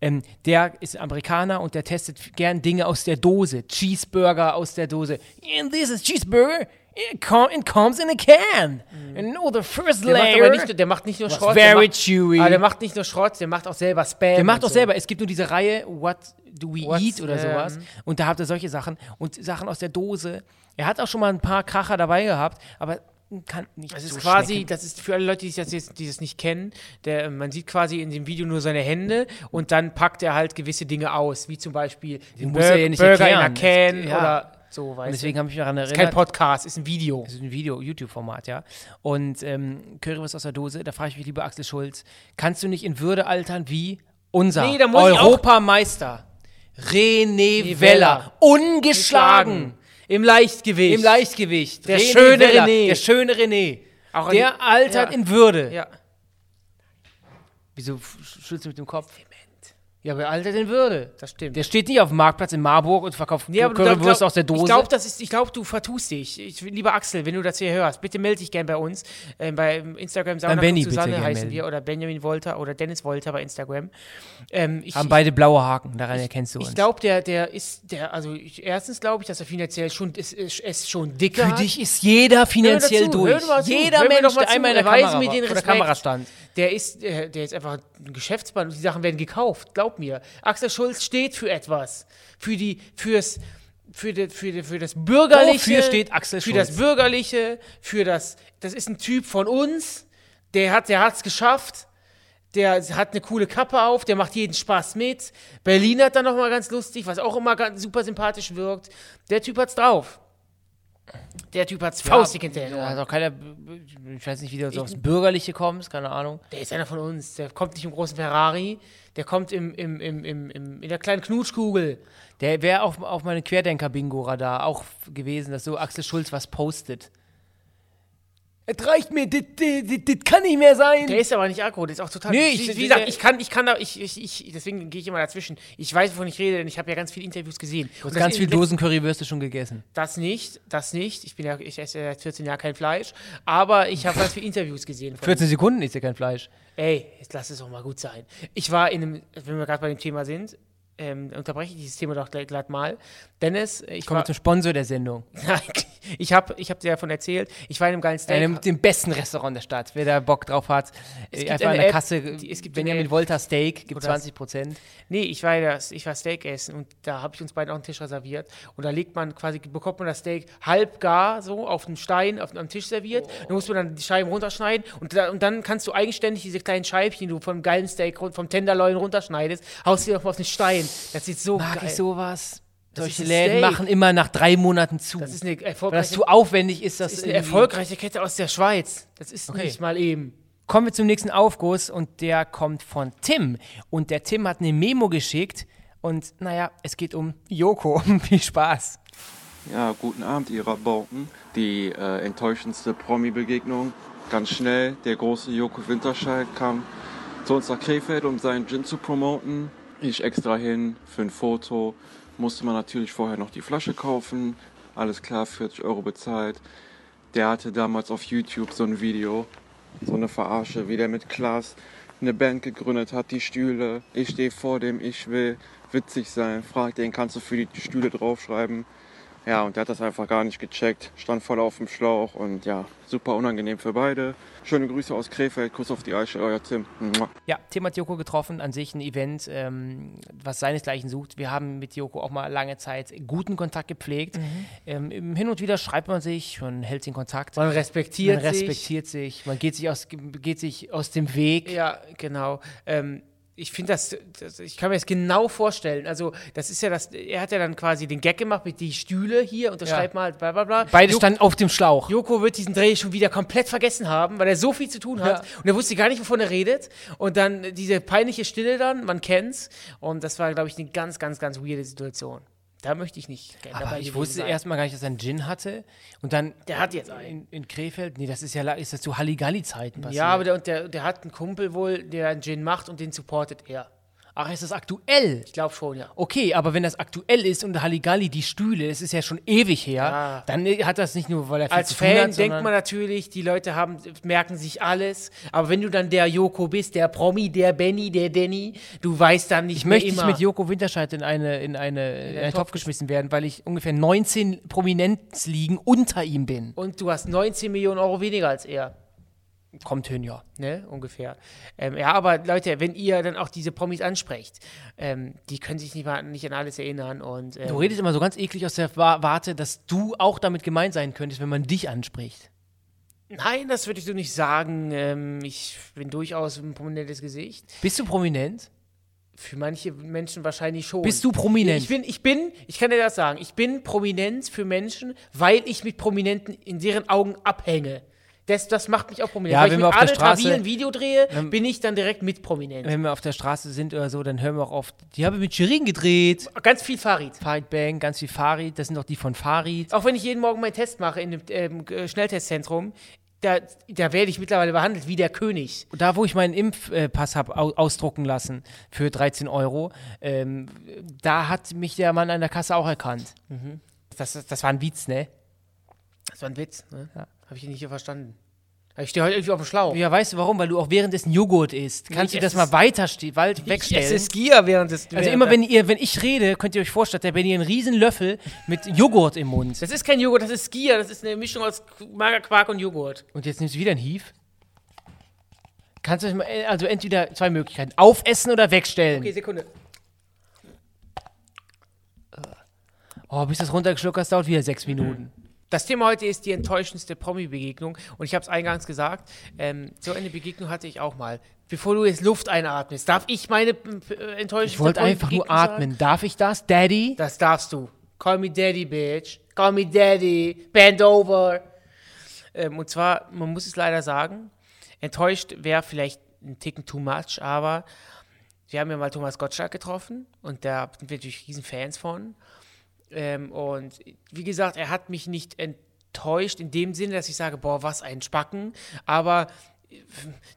S3: Ähm, der ist Amerikaner und der testet f- gern Dinge aus der Dose. Cheeseburger aus der Dose. And this is cheeseburger. It, com it comes in a can. And no, the first
S2: der, macht aber
S3: layer.
S2: nicht, der macht nicht nur
S3: Was
S2: Schrott.
S3: very
S2: der, macht,
S3: chewy.
S2: aber der macht nicht nur Schrott, der macht auch selber Spam.
S3: Der macht
S2: und
S3: auch
S2: so.
S3: selber. Es gibt nur diese Reihe What Do We
S2: What's,
S3: Eat oder
S2: ähm,
S3: sowas. Und da habt ihr solche Sachen und Sachen aus der Dose. Er hat auch schon mal ein paar Kracher dabei gehabt, aber kann nicht
S2: Das ist
S3: so
S2: quasi,
S3: schmecken.
S2: das ist für alle Leute, die das jetzt die das nicht kennen, der, äh, man sieht quasi in dem Video nur seine Hände und dann packt er halt gewisse Dinge aus, wie zum Beispiel den
S3: muss er ja nicht
S2: Burger in
S3: erklären.
S2: einer Can
S3: Es- ja.
S2: oder so, weißt
S3: Und deswegen habe ich mich daran
S2: du. Ist kein
S3: erinnert.
S2: Podcast, ist ein Video.
S3: Das ist ein Video, YouTube-Format, ja. Und ähm, Currywurst aus der Dose, da frage ich mich, lieber Axel Schulz, kannst du nicht in Würde altern wie unser
S2: Nee, da muss ich auch-
S3: Europameister René
S2: René
S3: Weller,
S2: Weller.
S3: ungeschlagen
S2: Im Leichtgewicht.
S3: im Leichtgewicht.
S2: Der schöne
S3: Weller,
S2: René.
S3: Der schöne René.
S2: Auch an
S3: Der altert
S2: ja.
S3: in Würde.
S2: die, ja.
S3: Wieso f- schützt du mit dem Kopf? Ja, aber er altert in Würde.
S2: Das stimmt.
S3: Der steht nicht auf dem Marktplatz in Marburg und verkauft
S2: Nee,
S3: nee,
S2: aber du glaub-
S3: Currywurst
S2: glaub-
S3: aus der Dose.
S2: Ich glaube, glaub, du vertust dich. Ich, lieber Axel, wenn du das hier hörst, bitte melde dich gern bei uns. Ähm, bei Instagram Sauna
S3: Benny bitte
S2: Susanne
S3: gern
S2: heißen
S3: melden.
S2: wir oder Benjamin Wolter oder Dennis Wolter bei Instagram. Ähm, ich
S3: Haben beide blaue Haken, daran erkennst du uns.
S2: ich glaube, der, der ist, der, also ich, erstens glaube ich, dass er finanziell schon es, es, es schon dicker
S3: Für
S2: hat.
S3: dich ist jeder
S2: Hör
S3: finanziell
S2: mir doch zu, hör
S3: durch.
S2: mir mal zu,
S3: Jeder
S2: hör mir
S3: Mensch,
S2: doch mal
S3: der
S2: zu,
S3: einmal in der
S2: erweise
S3: Kamera,
S2: mir
S3: war
S2: den
S3: oder
S2: Respekt.
S3: Kamera stand.
S2: Der ist, äh, der ist einfach ein Geschäftsmann und die Sachen werden gekauft, glaub mir. Axel Schulz steht für etwas. Für die, fürs, für, de, für, de, für das Bürgerliche.
S3: Wofür steht Axel
S2: Für
S3: Schulz?
S2: das Bürgerliche, für das, das ist ein Typ von uns, der hat, der hat's geschafft. Der hat eine coole Kappe auf, der macht jeden Spaß mit. Berlin hat dann nochmal ganz lustig, was auch immer ganz super sympathisch wirkt. Der Typ hat's drauf. Der Typ hat's faustig hinter den
S3: Ja,
S2: Ohren.
S3: hat auch keiner, ich weiß nicht, wie du so aufs Bürgerliche kommst, keine Ahnung.
S2: Der ist einer von uns. Der kommt nicht im großen Ferrari. Der kommt im, im, im, im, im, in der kleinen Knutschkugel.
S3: Der wäre auf, auf meinem Querdenker-Bingo-Radar auch f- gewesen, dass so Axel Schulz was postet. Es reicht mir, das kann nicht mehr sein.
S2: Der ist aber nicht Akku. Der ist auch total.
S3: Nee,
S2: ich,
S3: ich-
S2: wie gesagt,
S3: der-
S2: ich kann, ich kann da, ich, ich, ich deswegen gehe ich immer dazwischen. Ich weiß, wovon ich rede, denn ich habe ja ganz viele Interviews gesehen.
S3: Du
S2: Und
S3: hast
S2: das
S3: ganz
S2: in-
S3: viel Dosen-Currywürste schon gegessen.
S2: Das nicht, das nicht. Ich bin ja, ich esse ja seit 14 Jahren kein Fleisch. Aber ich habe ganz viele Interviews gesehen. Von
S3: 14 Sekunden ist ja kein Fleisch.
S2: Ey, jetzt lass es doch mal gut sein. Ich war in einem, wenn wir gerade bei dem Thema sind, ähm, unterbreche ich dieses Thema doch gleich, gleich mal. Dennis, ich
S3: Kommen wir
S2: war,
S3: zum Sponsor der Sendung.
S2: Nein, ich habe ich hab dir davon erzählt, ich war in einem geilen Steak.
S3: Einem, dem besten Restaurant der Stadt. Wer da Bock drauf hat, äh,
S2: gibt
S3: einfach an
S2: eine
S3: der
S2: App,
S3: Kasse.
S2: die- es gibt
S3: wenn ihr
S2: eine
S3: mit
S2: App.
S3: Volta Steak gibt
S2: Oder-
S3: 20 Prozent.
S2: Nee, ich war, das, ich war Steak essen und da habe ich uns beiden auch einen Tisch reserviert. Und da legt man quasi, bekommt man das Steak halb gar so auf einen Stein, auf, am Tisch serviert.
S3: Oh.
S2: Dann muss man dann die Scheiben runterschneiden und, da, und dann kannst du eigenständig diese kleinen Scheibchen, die du vom geilen Steak, run- vom Tenderloin runterschneidest, haust die nochmal auf den Stein. Das sieht so
S3: Mag
S2: geil.
S3: ich sowas?
S2: Das
S3: Solche
S2: ist ein
S3: Läden
S2: Steak.
S3: machen immer nach drei Monaten zu.
S2: das ist eine
S3: Weil das
S2: erfolgreiche,
S3: zu aufwendig ist, das
S2: das ist eine erfolgreiche Kette aus der Schweiz. Das ist
S3: Okay.
S2: nicht mal eben.
S3: Kommen wir zum nächsten Aufguss und der kommt von Tim. Und der Tim hat eine Memo geschickt und naja, es geht um Joko. Viel Spaß.
S6: Ja, guten Abend, ihr Rabauken. Die äh, enttäuschendste Promi-Begegnung. Ganz schnell, der große Joko Winterscheid kam zu uns nach Krefeld, um seinen Gin zu promoten. Ich extra hin für ein Foto. Musste man natürlich vorher noch die Flasche kaufen. Alles klar, 40 Euro bezahlt. Der hatte damals auf YouTube so ein Video, so eine Verarsche, wie der mit Klaas eine Band gegründet hat, die Stühle. Ich stehe vor dem, ich will witzig sein. Frag den, kannst du für die Stühle draufschreiben? Ja, und der hat das einfach gar nicht gecheckt, stand voll auf dem Schlauch und ja, super unangenehm für beide. Schöne Grüße aus Krefeld, Kuss auf die Eiche, euer Tim. Mua.
S3: Ja, Tim hat Joko getroffen, an sich ein Event, ähm, was seinesgleichen sucht. Wir haben mit Joko auch mal lange Zeit guten Kontakt gepflegt.
S2: Mhm.
S3: Ähm, im- hin und wieder schreibt man sich, man hält den Kontakt.
S2: Man respektiert,
S3: man respektiert sich. man geht sich, aus, geht sich aus dem Weg.
S2: sich. Ja, genau. Ähm, ich finde das, das, ich kann mir das genau vorstellen. Also, das ist ja das, er hat ja dann quasi den Gag gemacht mit die Stühle hier, unterschreibt mal, halt bla bla bla.
S3: Beide
S2: Jo-
S3: standen auf dem Schlauch.
S2: Joko wird diesen Dreh schon wieder komplett vergessen haben, weil er so viel zu tun hat
S3: Ja.
S2: und er wusste gar nicht, wovon er redet. Und dann äh, diese peinliche Stille dann, man kennt's. Und das war, glaube ich, eine ganz, ganz, ganz weirde Situation. Da möchte ich nicht gerne
S3: Aber
S2: dabei
S3: ich
S2: gewesen
S3: wusste
S2: sein.
S3: erstmal gar nicht, dass er einen Gin hatte. Und dann.
S2: Der hat jetzt einen.
S3: In, in Krefeld? Nee, das ist ja la- ist das zu Halligalli-Zeiten passiert.
S2: Ja, aber der, und der, der hat einen Kumpel wohl, der einen Gin macht und den supportet er.
S3: Ach, ist das aktuell?
S2: Ich glaube schon, ja.
S3: Okay, aber wenn das aktuell ist und Halligalli die Stühle, das ist ja schon ewig her,
S2: Ja.
S3: dann äh, hat das nicht nur, weil er viel
S2: Als
S3: zu tun
S2: Fan
S3: hat,
S2: denkt
S3: sondern-
S2: man natürlich, die Leute haben, merken sich alles. Aber wenn du dann der Joko bist, der Promi, der Benny, der Danny, du weißt dann nicht
S3: Ich möchte
S2: mehr
S3: nicht
S2: immer.
S3: mit Joko Winterscheid in, eine, in, eine, in einen Topf geschmissen werden, weil ich ungefähr 19 Prominenzligen unter ihm bin.
S2: und du hast 19 Millionen Euro weniger als er.
S3: Kommt hin, ja.
S2: Ne, ungefähr. Ähm, ja, aber Leute, wenn ihr dann auch diese Promis ansprecht, ähm, die können sich nicht, mal, nicht an alles erinnern. Und, ähm,
S3: Du redest immer so ganz eklig aus der Wa- Warte, dass du auch damit gemeint sein könntest, wenn man dich anspricht.
S2: Nein, das würde ich so nicht sagen. Ähm, ich bin durchaus ein prominentes Gesicht.
S3: Bist du prominent?
S2: Für manche Menschen wahrscheinlich schon.
S3: Bist du prominent?
S2: Ich bin, ich bin, ich kann dir das sagen, ich bin Prominenz für Menschen, weil ich mit Prominenten in deren Augen abhänge. Das, das macht mich auch prominent.
S3: Ja,
S2: weil
S3: wenn
S2: ich
S3: wir
S2: mit
S3: auf der
S2: Adel
S3: Straße- Ähm,
S2: Tawil ein Video drehe, bin ich dann direkt mit prominent.
S3: wenn wir auf der Straße sind oder so, dann hören wir auch oft, die habe ich mit Shirin gedreht.
S2: Ganz viel Farid.
S3: Farid Bang, ganz viel Farid, das sind doch die von Farid.
S2: Auch wenn ich jeden Morgen meinen Test mache in dem ähm, G- Schnelltestzentrum, da, da werde ich mittlerweile behandelt wie der König.
S3: Da, wo ich meinen Impfpass habe au ausdrucken lassen für 13 Euro, ähm, da hat mich der Mann an der Kasse auch erkannt.
S2: Das, das war ein Witz, ne? Das war ein Witz, ne? Habe ich nicht hier verstanden. Aber Ich stehe heute irgendwie auf dem Schlauch.
S3: Ja, weißt du warum? Weil du auch währenddessen Joghurt isst. Kannst
S2: Ich
S3: du das
S2: esse-
S3: mal weiter ste- weit
S2: Ich esse
S3: wegstellen?
S2: Skier während des.
S3: also
S2: während
S3: immer
S2: der-
S3: wenn ihr, wenn ich rede, könnt ihr euch vorstellen, da bin ihr einen riesen Löffel mit Joghurt im Mund.
S2: Das ist kein Joghurt, das ist Skier. Das ist eine Mischung aus Qu- Magerquark und Joghurt.
S3: Und jetzt nimmst du wieder einen Hief. Kannst du das mal, also entweder zwei Möglichkeiten, aufessen oder wegstellen.
S2: Okay, Sekunde.
S3: Oh, bis das runtergeschluckt hast, dauert wieder sechs Minuten.
S2: Das Thema heute ist die enttäuschendste Promi-Begegnung. Und ich habe es eingangs gesagt, ähm, so eine Begegnung hatte ich auch mal. Bevor du jetzt Luft einatmest, darf ich meine äh, enttäuschendste
S3: Ich wollte einfach nur atmen. Darf ich das, Daddy?
S2: Das darfst du. Call me daddy, bitch. Call me daddy. Bend over. Ähm, und zwar, man muss es leider sagen, enttäuscht wäre vielleicht ein Ticken too much, aber wir haben ja mal Thomas Gottschalk getroffen und da sind wir natürlich riesen Fans von. Ähm, und wie gesagt, er hat mich nicht enttäuscht in dem Sinne, dass ich sage, boah, was ein Spacken. Aber äh,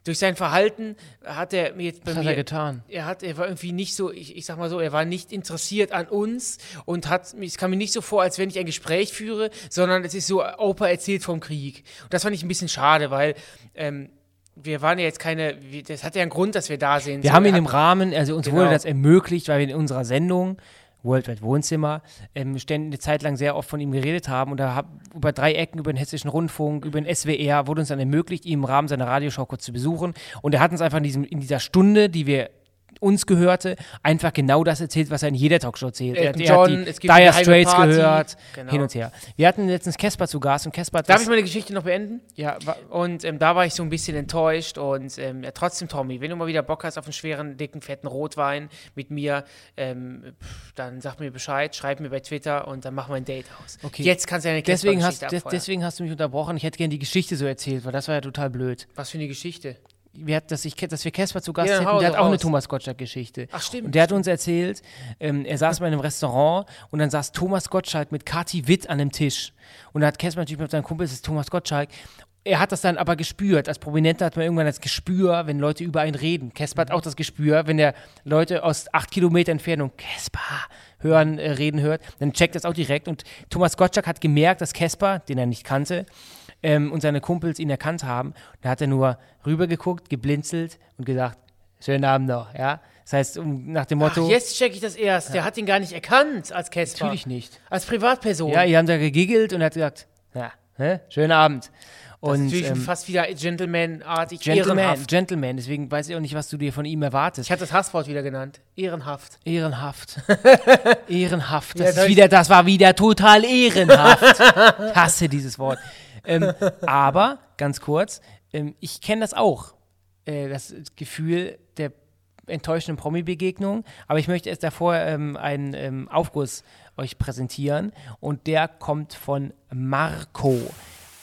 S2: durch sein Verhalten hat er mir jetzt bei
S3: Was
S2: mir
S3: hat er getan?
S2: er hat, er war irgendwie nicht so, ich, ich sag mal so, er war nicht interessiert an uns und hat, es kam mir nicht so vor, als wenn ich ein Gespräch führe, sondern es ist so, Opa erzählt vom Krieg. Und das fand ich ein bisschen schade, weil ähm, wir waren ja jetzt keine, wir, das hat ja einen Grund, dass wir da sind.
S3: Wir
S2: So,
S3: haben
S2: er
S3: in dem
S2: hat-
S3: Rahmen, also uns wurde
S2: Genau.
S3: das ermöglicht, weil wir in unserer Sendung Worldwide Wohnzimmer ähm, ständ- eine Zeit lang sehr oft von ihm geredet haben und da hab, über drei Ecken, über den Hessischen Rundfunk, über den SWR wurde uns dann ermöglicht, ihn im Rahmen seiner Radioshow kurz zu besuchen und er hat uns einfach in, diesem, in dieser Stunde, die wir uns gehörte, einfach genau das erzählt, was er in jeder Talkshow erzählt. er, hat-
S2: Elton
S3: er hat
S2: John,
S3: die
S2: es gibt eine
S3: Dire
S2: geheime
S3: Straits
S2: Party.
S3: gehört,
S2: Genau.
S3: hin und her. Wir hatten letztens Casper zu Gast und Casper hat
S2: Darf
S3: was-
S2: ich meine Geschichte noch beenden?
S3: ja, wa-
S2: Und ähm, da war ich so ein bisschen enttäuscht. Und ähm, ja, trotzdem, Tommy, wenn du mal wieder Bock hast auf einen schweren, dicken, fetten Rotwein mit mir, ähm, pff, dann sag mir Bescheid, schreib mir bei Twitter und dann machen wir ein Date aus.
S3: Okay.
S2: Jetzt kannst du deine
S3: deswegen, hast,
S2: Casper-Geschichte
S3: des,
S2: abfeuern.
S3: deswegen hast du mich unterbrochen. Ich hätte gerne die Geschichte so erzählt, weil das war ja total blöd.
S2: Was für eine Geschichte.
S3: wir hat, dass, ich, dass wir Casper zu Gast
S2: Ja,
S3: hatten,
S2: hau
S3: der
S2: doch
S3: hat auch eine
S2: raus.
S3: Thomas Gottschalk-Geschichte.
S2: Ach, stimmt,
S3: Und der hat uns erzählt, ähm, er saß mal in einem Restaurant und dann saß Thomas Gottschalk mit Kati Witt an dem Tisch. Und da hat Casper natürlich mit seinem Kumpel, das ist Thomas Gottschalk, er hat das dann aber gespürt. Als Prominenter hat man irgendwann das Gespür, wenn Leute über einen reden. Casper
S2: Mhm.
S3: hat auch das Gespür, wenn er Leute aus acht Kilometer Entfernung Casper hören, äh, reden hört, dann checkt das auch direkt. Und Thomas Gottschalk hat gemerkt, dass Casper, den er nicht kannte, ähm, und seine Kumpels ihn erkannt haben. Da hat er nur rübergeguckt, geblinzelt und gesagt, schönen Abend noch, ja. Das heißt, um, nach dem
S2: Ach,
S3: Motto,
S2: jetzt checke ich das erst. Der hat ihn gar nicht erkannt als Casper.
S3: natürlich nicht.
S2: Als Privatperson.
S3: Ja, ihr habt da gegiggelt und er hat gesagt, ja, ne? schönen Abend.
S2: das ist
S3: Und
S2: natürlich
S3: ähm,
S2: fast wieder Gentleman-artig,
S3: Gentleman,
S2: ehrenhaft.
S3: Gentleman, deswegen weiß ich auch nicht, was du dir von ihm erwartest.
S2: Ich hatte das Hasswort wieder genannt. Ehrenhaft.
S3: Ehrenhaft. ehrenhaft. Das,
S2: soll
S3: ist
S2: ich-
S3: wieder, das war wieder total ehrenhaft. ich hasse dieses Wort. Ähm, aber, ganz kurz, ähm, ich kenne das auch. Äh, das Gefühl der enttäuschenden Promi-Begegnung. Aber ich möchte erst davor ähm, einen ähm, Aufguss euch präsentieren. Und der kommt von Marco.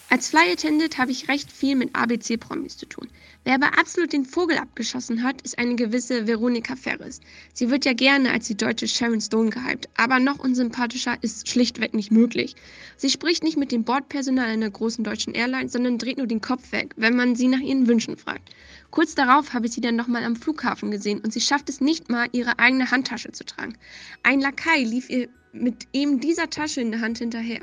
S4: Als Fly Attendant habe ich recht viel mit ABC-Promis zu tun. Wer aber absolut den Vogel abgeschossen hat, ist eine gewisse Veronika Ferris. Sie wird ja gerne als die deutsche Sharon Stone gehypt, aber noch unsympathischer ist schlichtweg nicht möglich. Sie spricht nicht mit dem Bordpersonal einer großen deutschen Airline, sondern dreht nur den Kopf weg, wenn man sie nach ihren Wünschen fragt. Kurz darauf habe ich sie dann nochmal am Flughafen gesehen und sie schafft es nicht mal, ihre eigene Handtasche zu tragen. Ein Lakai lief ihr mit eben dieser Tasche in der Hand hinterher.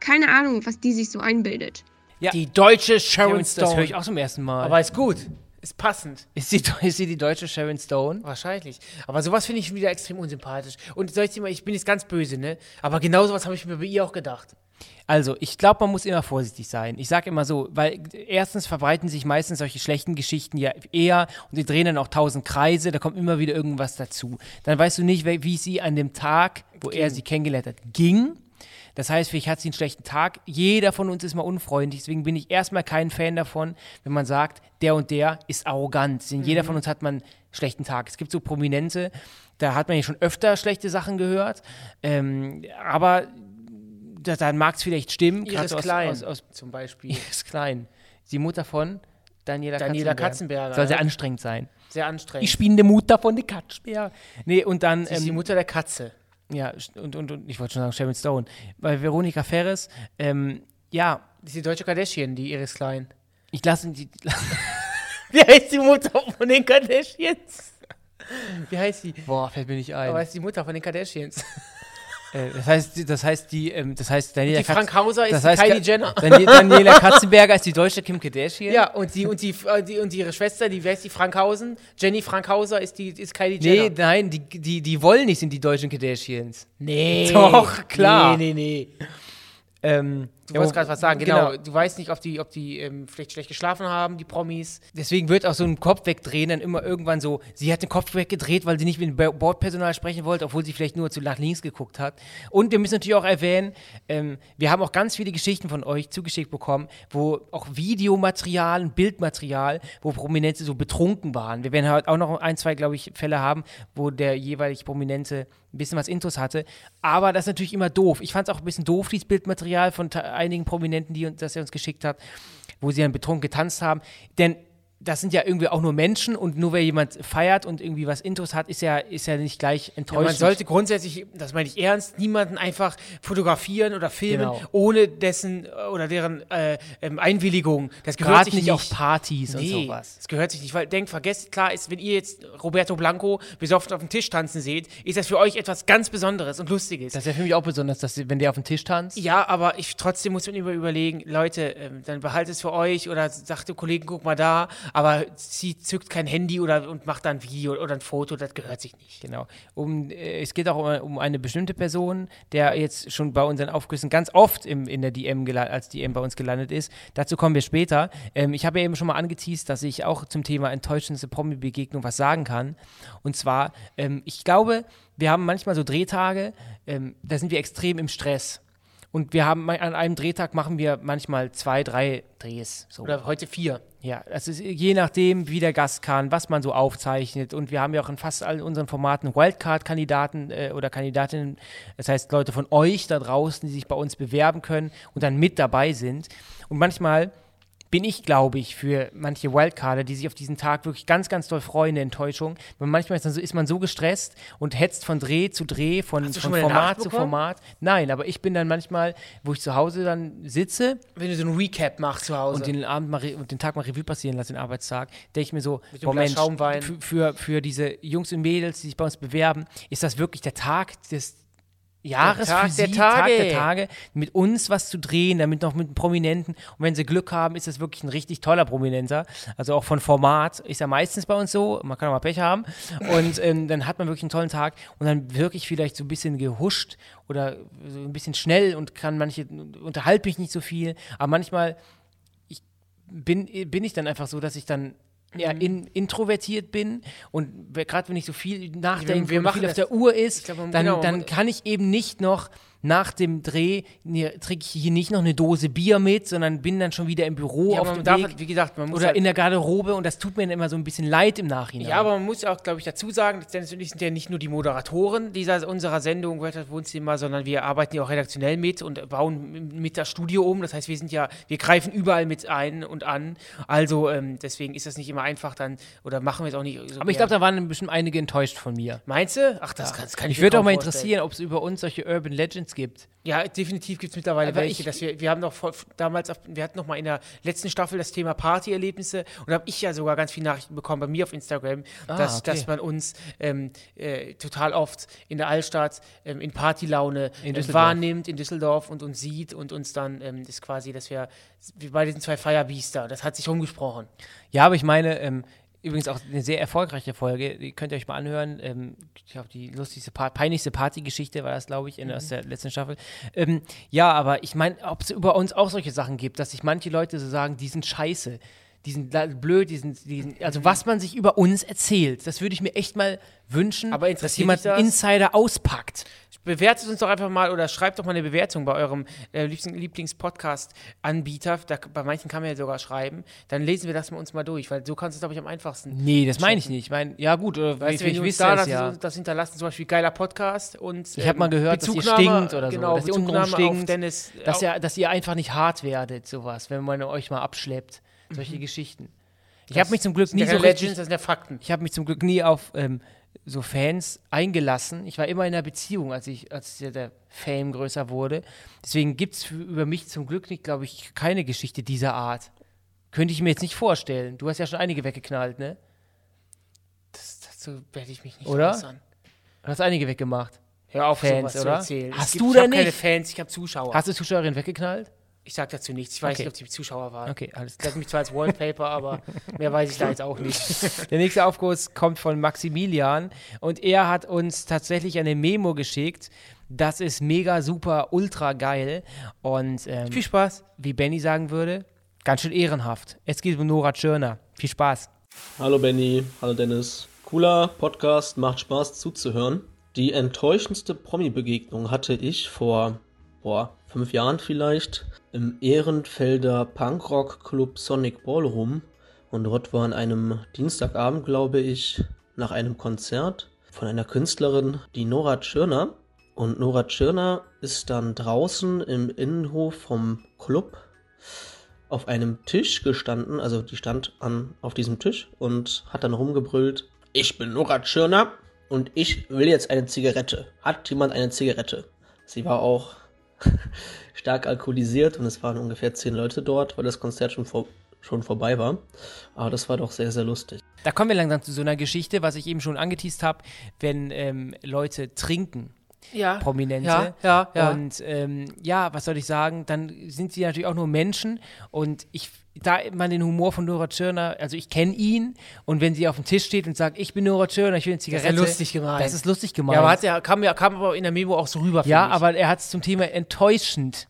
S4: Keine Ahnung, was die sich so einbildet.
S3: Ja.
S2: Die deutsche Sharon
S3: Das
S2: Stone.
S3: höre ich auch zum ersten Mal.
S2: Aber ist gut. Ist passend.
S3: ist, sie, ist sie die deutsche Sharon Stone?
S2: Wahrscheinlich. Aber sowas finde ich schon wieder extrem unsympathisch. Und soll ich dir mal, ich bin jetzt ganz böse, ne? Aber genau sowas habe ich mir bei ihr auch gedacht.
S3: Also, ich glaube, man muss immer vorsichtig sein. Ich sage immer so, weil erstens verbreiten sich meistens solche schlechten Geschichten ja eher und sie drehen dann auch tausend Kreise, da kommt immer wieder irgendwas dazu. Dann weißt du nicht, wie wie sie an dem Tag, wo er sie kennengelernt hat, ging. Das heißt, vielleicht hat sie einen schlechten Tag. Jeder von uns ist mal unfreundlich. Deswegen bin ich erstmal kein Fan davon, wenn man sagt, der und der ist arrogant. Denn
S2: Mhm.
S3: jeder von uns hat mal einen schlechten Tag. Es gibt so Prominente, da hat man ja schon öfter schlechte Sachen gehört. Ähm, aber da, dann mag es vielleicht stimmen. gerade
S2: Iris
S3: so aus-
S2: Klein
S3: Aus, aus,
S2: zum Beispiel.
S3: Iris Klein. Die Mutter von Daniela,
S2: Daniela
S3: Katzenberger.
S2: Katzenberger,
S3: Soll sehr
S2: ja.
S3: anstrengend sein.
S2: Sehr anstrengend.
S3: Ich spiele die Mutter von der Katzenberger. Nee, und dann.
S2: Sie ist die
S3: Ähm,
S2: Mutter der Katze.
S3: ja, und, und, und ich wollte schon sagen, Sharon Stone. Weil Veronika Ferres, ähm, ja,
S2: Das ist die deutsche Kardashian, die Iris Klein.
S3: Ich lasse die.
S2: Wie heißt die Mutter von den Kardashians? Wie heißt sie?
S3: Boah, fällt mir nicht ein.
S2: Aber heißt die Mutter von den Kardashians.
S3: Äh, das heißt, das heißt die, ähm, das heißt Daniela
S2: Die Frank Hauser ist
S3: das
S2: die
S3: heißt
S2: Kylie
S3: Ka-
S2: Jenner.
S3: Dan Daniela Katzenberger ist die deutsche Kim Kardashian.
S2: Ja, und die und die, äh, die und ihre Schwester, die wie heißt die Frankhausen? Jenny Frankhauser ist die ist Kylie
S3: Nee,
S2: Jenner.
S3: nein, die, die, die wollen nicht sind die deutschen Kardashians.
S2: Nee,
S3: Doch, klar.
S2: Nee, nee, nee.
S3: Ähm,
S2: Du
S3: ja,
S2: wolltest
S3: wo-
S2: gerade was sagen, genau. Du weißt nicht, ob die, ob die ähm, vielleicht schlecht geschlafen haben, die Promis.
S3: Deswegen wird auch so ein Kopf wegdrehen dann immer irgendwann so, sie hat den Kopf weggedreht, weil sie nicht mit dem Bo- Bordpersonal sprechen wollte, obwohl sie vielleicht nur zu nach links geguckt hat. Und wir müssen natürlich auch erwähnen, ähm, wir haben auch ganz viele Geschichten von euch zugeschickt bekommen, wo auch Videomaterial, und Bildmaterial, wo Prominente so betrunken waren. Wir werden halt auch noch ein, zwei, glaube ich, Fälle haben, wo der jeweilige Prominente ein bisschen was Intus hatte. Aber das ist natürlich immer doof. Ich fand es auch ein bisschen doof, dieses Bildmaterial von te- einigen Prominenten, die uns, das er uns geschickt hat, wo sie dann betrunken getanzt haben. Denn das sind ja irgendwie auch nur Menschen und nur wer jemand feiert und irgendwie was Intus hat, ist ja, ist ja nicht gleich
S2: Ja,
S3: enttäuscht.
S2: man sollte grundsätzlich, das meine ich ernst, niemanden einfach fotografieren oder filmen,
S3: Genau.
S2: ohne dessen äh, oder deren äh, ähm, Einwilligung. Das gehört
S3: gerade
S2: sich
S3: nicht, auf Partys
S2: Nee,
S3: und sowas.
S2: das gehört sich nicht, weil denkt, vergesst, klar ist, wenn ihr jetzt Roberto Blanco besoffen auf dem Tisch tanzen seht, ist das für euch etwas ganz Besonderes und Lustiges.
S3: Das ist ja für mich auch besonders, dass wenn der auf den Tisch tanzt.
S2: ja, aber ich trotzdem muss man immer überlegen, Leute, ähm, dann behaltet es für euch oder sagt dem Kollegen, guck mal da, aber sie zückt kein Handy oder und macht da ein Video oder ein Foto, das gehört sich nicht.
S3: Genau. Um, äh, es geht auch um, um eine bestimmte Person, der jetzt schon bei unseren Aufgüssen ganz oft im, in der DM gela- als DM bei uns gelandet ist. Dazu kommen wir später. Ähm, ich habe ja eben schon mal angeteased, dass ich auch zum Thema enttäuschendste Promi-Begegnung was sagen kann. Und zwar, ähm, ich glaube, wir haben manchmal so Drehtage, ähm, da sind wir extrem im Stress. Und wir haben an einem Drehtag machen wir manchmal zwei, drei Drehs. So.
S2: Oder heute vier.
S3: Ja, das ist je nachdem, wie der Gast kann, was man so aufzeichnet. Und wir haben ja auch in fast allen unseren Formaten Wildcard-Kandidaten äh, oder Kandidatinnen, das heißt Leute von euch da draußen, die sich bei uns bewerben können und dann mit dabei sind. Und manchmal bin ich, glaube ich, für manche Wildcarder, die sich auf diesen Tag wirklich ganz, ganz doll freuen, eine Enttäuschung. Weil manchmal ist, dann so, ist man so gestresst und hetzt von Dreh zu Dreh, von,
S2: du
S3: von
S2: schon mal eine
S3: Format
S2: Nachricht
S3: zu
S2: bekommen?
S3: Format. Nein, aber ich bin dann manchmal, wo ich zu Hause dann sitze
S2: Wenn du so ein Recap machst zu Hause.
S3: und den Abend mal re- und den Tag mal Revue passieren lasse, den Arbeitstag, denke ich mir so,
S2: dem Glas Schaumwein.
S3: für, für, für diese Jungs und Mädels, die sich bei uns bewerben, ist das wirklich der Tag des Jahres
S2: Tag
S3: für sie,
S2: der Tage.
S3: Tag der Tage, mit uns was zu drehen, damit noch mit einem Prominenten. Und wenn sie Glück haben, ist das wirklich ein richtig toller Prominenter. Also auch von Format ist ja meistens bei uns so, man kann auch mal Pech haben. Und ähm, dann hat man wirklich einen tollen Tag und dann wirklich vielleicht so ein bisschen gehuscht oder so ein bisschen schnell und kann manche, unterhalte mich nicht so viel. Aber manchmal bin, äh, bin ich dann einfach so, dass ich dann ja,
S2: Mhm.
S3: in, introvertiert bin und gerade wenn ich so viel nachdenke,
S2: wir
S3: und
S2: machen
S3: viel auf
S2: das.
S3: der Uhr ist,
S2: glaub, man-
S3: dann,
S2: genau,
S3: dann
S2: man-
S3: kann ich eben nicht noch nach dem Dreh, ne, trinke ich hier nicht noch eine Dose Bier mit, sondern bin dann schon wieder im Büro
S2: ja,
S3: auf
S2: aber man
S3: dem
S2: darf,
S3: Weg
S2: wie gesagt, man muss
S3: oder
S2: halt,
S3: in der Garderobe und das tut mir dann immer so ein bisschen leid im Nachhinein.
S2: Ja, aber man muss auch, glaube ich, dazu sagen, dass Dennis und ich sind ja nicht nur die Moderatoren dieser, unserer Sendung Wörter Wohnzimmer, sondern wir arbeiten ja auch redaktionell mit und bauen m- mit das Studio um. Das heißt, wir sind ja, wir greifen überall mit ein und an. Also ähm, deswegen ist das nicht immer einfach dann, oder machen wir es auch nicht so
S3: Aber ich
S2: gern.
S3: glaube, da waren bestimmt einige enttäuscht von mir.
S2: Meinst du? Ach, das, kann, das kann ich
S3: Ich
S2: mir
S3: würde auch
S2: kaum
S3: mal
S2: vorstellen.
S3: interessieren, ob es über uns solche Urban Legends gibt.
S2: Ja, definitiv gibt es mittlerweile
S3: Aber
S2: welche.
S3: ich-
S2: dass wir, wir haben noch vor, damals, auf, wir hatten noch mal in der letzten Staffel das Thema Partyerlebnisse und da habe ich ja sogar ganz viele Nachrichten bekommen bei mir auf Instagram, dass,
S3: Ah, okay.
S2: dass man uns ähm, äh, total oft in der Altstadt ähm, in Partylaune
S3: In
S2: äh,
S3: Düsseldorf.
S2: wahrnimmt in Düsseldorf und uns sieht und uns dann ähm, ist quasi, dass wir, wir beide sind zwei Firebeaster. Das hat sich rumgesprochen.
S3: Ja, aber ich meine, ähm, übrigens auch eine sehr erfolgreiche Folge, die könnt ihr euch mal anhören. Ähm, ich glaube, die lustigste, pa peinlichste Partygeschichte war das, glaube ich, in,
S2: Mhm.
S3: aus der letzten Staffel. Ähm, ja, aber ich meine, ob es über uns auch solche Sachen gibt, dass sich manche Leute so sagen, die sind scheiße, die sind la- blöd, die sind, die sind, also was man sich über uns erzählt, das würde ich mir echt mal wünschen,
S2: Aber
S3: dass
S2: interessiert
S3: jemand
S2: dich das?
S3: einen Insider auspackt.
S2: Bewertet uns doch einfach mal oder schreibt doch mal eine Bewertung bei eurem äh, liebsten- Lieblings-Podcast-Anbieter. Da- Bei manchen kann man ja sogar schreiben. Dann lesen wir das mal uns mal durch, weil so kannst du es, glaube ich, am einfachsten.
S3: Nee, das meine ich nicht. Ich meine, ja gut, äh, oder
S2: Weißt du, wenn ihr
S3: ich, ich
S2: uns
S3: wüsste
S2: da
S3: es
S2: das,
S3: ja.
S2: das hinterlassen, zum Beispiel geiler Podcast und ähm,
S3: Ich habe mal gehört, dass ihr
S2: Bezugnahme-
S3: stinkt oder so,
S2: genau,
S3: dass ihr untenrum
S2: Bezugnahme auf
S3: stinkt,
S2: Dennis.
S3: Dass
S2: auf-
S3: ihr, dass ihr einfach nicht hart werdet, sowas, wenn man euch mal abschleppt. Solche Geschichten. Ich
S2: Mhm. Das
S3: habe mich zum Glück
S2: sind
S3: nie
S2: ja
S3: so
S2: keine Legends,
S3: richtig,
S2: das sind ja Fakten.
S3: ich habe mich zum Glück nie auf ähm, so Fans eingelassen. Ich war immer in einer Beziehung, als ich, als der- der Fame größer wurde. Deswegen gibt es über mich zum Glück nicht, glaube ich, keine Geschichte dieser Art. Könnte ich mir jetzt nicht vorstellen. Du hast ja schon einige weggeknallt, ne?
S2: Das, dazu werde ich mich nicht
S3: Oder?
S2: äußern.
S3: Du hast einige weggemacht.
S2: Hör auf,
S3: Fans,
S2: Fans, sowas
S3: oder?
S2: zu erzählen.
S3: Hast
S2: Es gibt,
S3: du
S2: ich
S3: da
S2: hab keine
S3: nicht?
S2: Fans, ich habe Zuschauer.
S3: Hast du Zuschauerin weggeknallt?
S2: ich sag dazu nichts. Ich weiß
S3: Okay.
S2: nicht, ob die Zuschauer waren.
S3: Okay, alles
S2: Das
S3: klar.
S2: hat mich zwar als Wallpaper, aber mehr weiß ich da jetzt auch nicht.
S3: Der nächste Aufguss kommt von Maximilian und er hat uns tatsächlich eine Memo geschickt. Das ist mega, super, ultra geil. Und ähm,
S2: Viel Spaß.
S3: wie Benny sagen würde, ganz schön ehrenhaft. Es geht um Nora Tschirner. Viel Spaß.
S7: Hallo Benny, hallo Dennis. Cooler Podcast, macht Spaß zuzuhören. Die enttäuschendste Promi-Begegnung hatte ich vor boah, fünf Jahren vielleicht im Ehrenfelder Punkrock-Club Sonic Ballroom. Und dort war an einem Dienstagabend, glaube ich, nach einem Konzert von einer Künstlerin, die Nora Tschirner. Und Nora Tschirner ist dann draußen im Innenhof vom Club auf einem Tisch gestanden, also die stand an auf diesem Tisch und hat dann rumgebrüllt: Ich bin Nora Tschirner und ich will jetzt eine Zigarette. Hat jemand eine Zigarette? Sie war auch stark alkoholisiert und es waren ungefähr zehn Leute dort, weil das Konzert schon, vor, schon vorbei war. Aber das war doch sehr, sehr lustig.
S3: Da kommen wir langsam zu so einer Geschichte, was ich eben schon angeteased habe, wenn ähm, Leute trinken.
S2: Ja.
S3: Prominente.
S2: Ja, ja, ja.
S3: Und ähm, ja, was soll ich sagen? Dann sind sie natürlich auch nur Menschen. Und ich, da man den Humor von Nora Tschirner, also ich kenne ihn. Und wenn sie auf dem Tisch steht und sagt, ich bin Nora Tschirner, ich will eine
S2: ja
S3: Zigarette.
S2: lustig gemeint.
S3: Das ist lustig gemeint.
S2: Ja, aber hat er, kam, ja- kam aber in der Memo auch so rüber. finde
S3: Ja,
S2: ich. Mhm.
S3: aber er hat es zum Thema enttäuschend.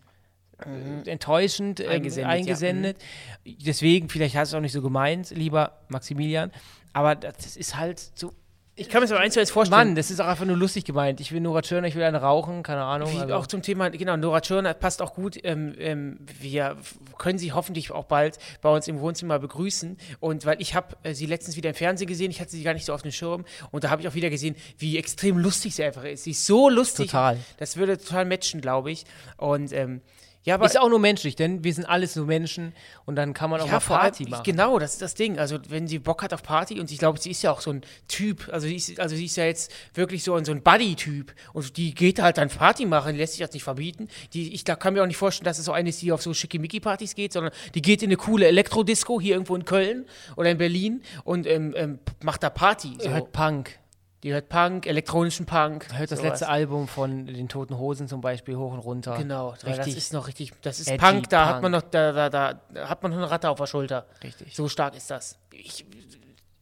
S3: äh, Enttäuschend ähm,
S2: Eingesendet,
S3: eingesendet.
S2: ja.
S3: Deswegen, vielleicht hast du es auch nicht so gemeint, lieber Maximilian. Aber das ist halt so.
S2: ich kann mir das aber eins zu eins vorstellen.
S3: Mann, das ist auch einfach nur lustig gemeint. Ich will Nora Tschirner, ich will eine rauchen, keine Ahnung.
S2: Wie
S3: Also.
S2: auch zum Thema, genau, Nora Tschirner passt auch gut. Ähm, ähm, wir f- können sie hoffentlich auch bald bei uns im Wohnzimmer begrüßen. Und weil ich habe äh, sie letztens wieder im Fernsehen gesehen, ich hatte sie gar nicht so auf dem Schirm. Und da habe ich auch wieder gesehen, wie extrem lustig sie einfach ist. Sie ist so lustig.
S3: Total.
S2: Das würde total matchen, glaube ich. Und ähm, ja, aber
S3: ist auch nur menschlich, denn wir sind alles nur Menschen und dann kann man auch
S2: ja,
S3: mal
S2: vor allem-
S3: Party machen.
S2: Genau, das ist das Ding. Also, wenn sie Bock hat auf Party und ich glaube, sie ist ja auch so ein Typ, also sie ist, also sie ist ja jetzt wirklich so ein, so ein Buddy-Typ und die geht halt dann Party machen, lässt sich das nicht verbieten. Die, ich da kann mir auch nicht vorstellen, dass es so eine ist, die auf so Schickimicki-Partys geht, sondern die geht in eine coole Elektrodisco hier irgendwo in Köln oder in Berlin und ähm, ähm, macht da Party. So.
S3: Ihr hört Punk.
S2: die hört Punk, elektronischen Punk.
S3: Hört das
S2: sowas.
S3: letzte Album von den Toten Hosen zum Beispiel hoch und runter.
S2: Genau, weil das
S3: richtig.
S2: ist noch richtig, das ist
S3: edgy
S2: Punk, da hat
S3: Punk.
S2: man noch, da, da, da hat man noch eine Ratte auf der Schulter.
S3: Richtig.
S2: So stark ist das. Ich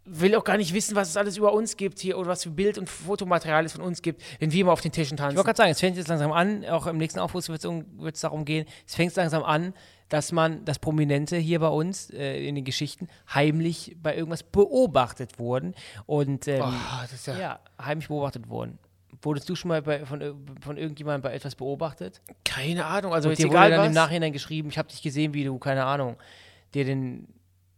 S2: will auch gar nicht wissen, was es alles über uns gibt hier oder was für Bild- und Fotomaterial es von uns gibt, wenn wir immer auf den Tischen
S3: Ich
S2: tanzen.
S3: wollte gerade sagen, es fängt jetzt langsam an, auch im nächsten Aufruf wird es um, wird's darum gehen, es fängt langsam an, dass man das Prominente hier bei uns äh, in den Geschichten heimlich bei irgendwas beobachtet wurden und ähm,
S2: Ah, das ist ja,
S3: ja, heimlich beobachtet wurden. Wurdest du schon mal bei, von, ir- von irgendjemandem bei etwas beobachtet?
S2: keine Ahnung, also
S3: Und
S2: ist
S3: dir wurde
S2: egal
S3: dann
S2: was.
S3: im Nachhinein geschrieben, ich habe dich gesehen, wie du, keine Ahnung, dir den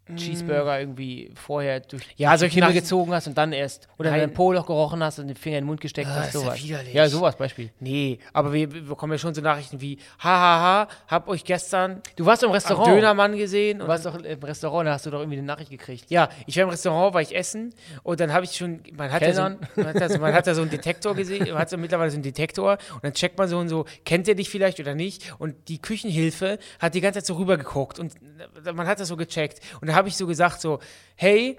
S3: Hm. Cheeseburger irgendwie vorher durch
S2: Ja,
S3: durch die
S2: solche
S3: Kimme
S2: Nachrichten-
S3: gezogen hast und dann erst oder
S2: Nein.
S3: dein Poloch gerochen hast und den Finger in den Mund gesteckt
S2: Ah,
S3: hast,
S2: ist ja
S3: sowas.
S2: widerlich.
S3: ja, sowas Beispiel.
S2: nee, aber wir wir bekommen ja schon so Nachrichten wie, hahaha, hab euch gestern
S3: Du warst im
S2: am
S3: Restaurant.
S2: Dönermann gesehen.
S3: Du
S2: Und
S3: warst doch im Restaurant, da hast du doch irgendwie eine Nachricht gekriegt.
S2: Ja, ich war im Restaurant, war ich essen und dann habe ich schon, man hat, ja so,
S3: Kellnern.
S2: man, hat da so, man hat da so einen Detektor gesehen, man hat so mittlerweile so einen Detektor und dann checkt man so und so, kennt er dich vielleicht oder nicht und die Küchenhilfe hat die ganze Zeit so rübergeguckt und man hat das so gecheckt und dann habe ich so gesagt so, hey,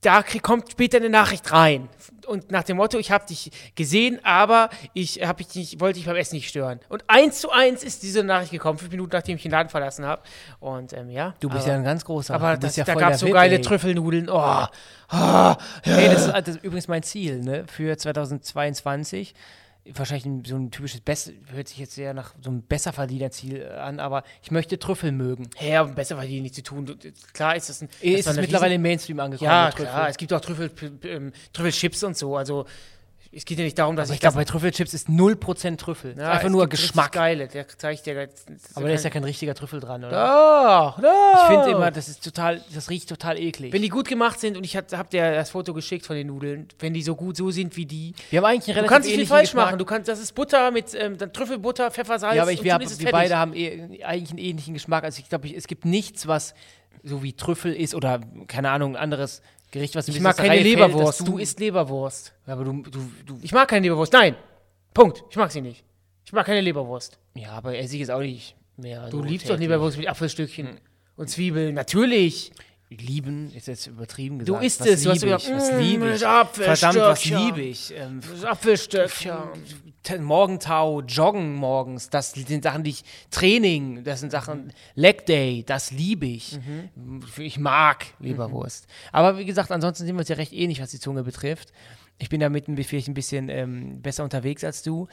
S2: da krieg, kommt später eine Nachricht rein. Und nach dem Motto, ich habe dich gesehen, aber ich, hab ich nicht, wollte dich beim Essen nicht stören. Und eins zu eins ist diese Nachricht gekommen, fünf Minuten nachdem ich den Laden verlassen habe. Und ähm, ja.
S3: Du bist
S2: aber-
S3: ja ein ganz großer.
S2: aber
S3: du bist
S2: das,
S3: ja
S2: da
S3: voll
S2: gab
S3: der
S2: es so
S3: Wippe,
S2: geile
S3: ey.
S2: Trüffelnudeln. Oh. Ah.
S3: Hey, das, ist, das ist übrigens mein Ziel ne? für 2022. Wahrscheinlich ein, so ein typisches, Best, hört sich jetzt sehr nach so einem Besserverdiener-Ziel äh, an, aber ich möchte Trüffel mögen.
S2: Ja, aber besser war die nicht zu tun. Du- Klar ist das ein. das
S3: Ist
S2: war
S3: es
S2: eine
S3: mittlerweile
S2: Riesen-
S3: im Mainstream angekommen?
S2: Ja,
S3: Trüffel. Also
S2: klar. Es gibt auch Trüffel, ähm, Trüffelchips und so. Also es geht ja nicht darum, dass
S3: Aber
S2: ich,
S3: ich glaube, bei Trüffelchips ist 0% Trüffel.
S2: das, ne,
S3: ist einfach nur
S2: es gibt richtig
S3: Geschmack.
S2: Geile, der zeige ich dir jetzt.
S3: Aber da ist ja kein richtiger Trüffel dran, oder?
S2: Doch, doch.
S3: Ich finde immer, das ist total, das riecht total eklig.
S2: Oh. Wenn die gut gemacht sind und ich habe dir das Foto geschickt von den Nudeln, wenn die so gut so sind wie die.
S3: wir haben eigentlich einen
S2: Du
S3: relativ
S2: kannst nicht viel
S3: ähnlichen
S2: falsch
S3: Geschmack.
S2: machen. Du kannst, das ist Butter mit ähm, dann Trüffelbutter, Pfeffersalz.
S3: Ja, aber ich,
S2: und
S3: wir,
S2: schon
S3: hab,
S2: ist es
S3: wir
S2: fertig.
S3: beide haben eh, eigentlich einen ähnlichen Geschmack. Also ich glaube, es gibt nichts, was so wie Trüffel ist oder, keine Ahnung, ein anderes Gericht, was ein
S2: Ich
S3: bisschen
S2: mag
S3: aus der
S2: keine
S3: Reihe fällt,
S2: Leberwurst.
S3: dass
S2: du isst Leberwurst.
S3: Ja, aber du, du, du,
S2: Ich mag keine Leberwurst. Nein. Punkt. Ich mag sie nicht. Ich mag keine Leberwurst.
S3: ja, aber Essig ist auch nicht mehr
S2: Du
S3: so
S2: liebst
S3: täglich. Hm.
S2: doch Leberwurst mit Apfelstückchen. Und Zwiebeln, natürlich.
S3: Lieben ist jetzt übertrieben
S2: Du
S3: gesagt.
S2: isst
S3: was
S2: es, du hast
S3: liebe
S2: gesagt,
S3: ich, was
S2: mm,
S3: liebe
S2: mit
S3: ich.
S2: Apfelstöckchen.
S3: Verdammt, was liebe ich. Ähm,
S2: Das Apfelstöckchen.
S3: T- Morgentau, Joggen morgens, das sind Sachen, die ich, Training, das sind Sachen, Leg Day, das liebe ich.
S2: Mhm.
S3: Ich mag Leberwurst. Aber wie gesagt, ansonsten sind wir uns ja recht ähnlich, was die Zunge betrifft. Ich bin damit ein- vielleicht ein bisschen ähm, besser unterwegs als du,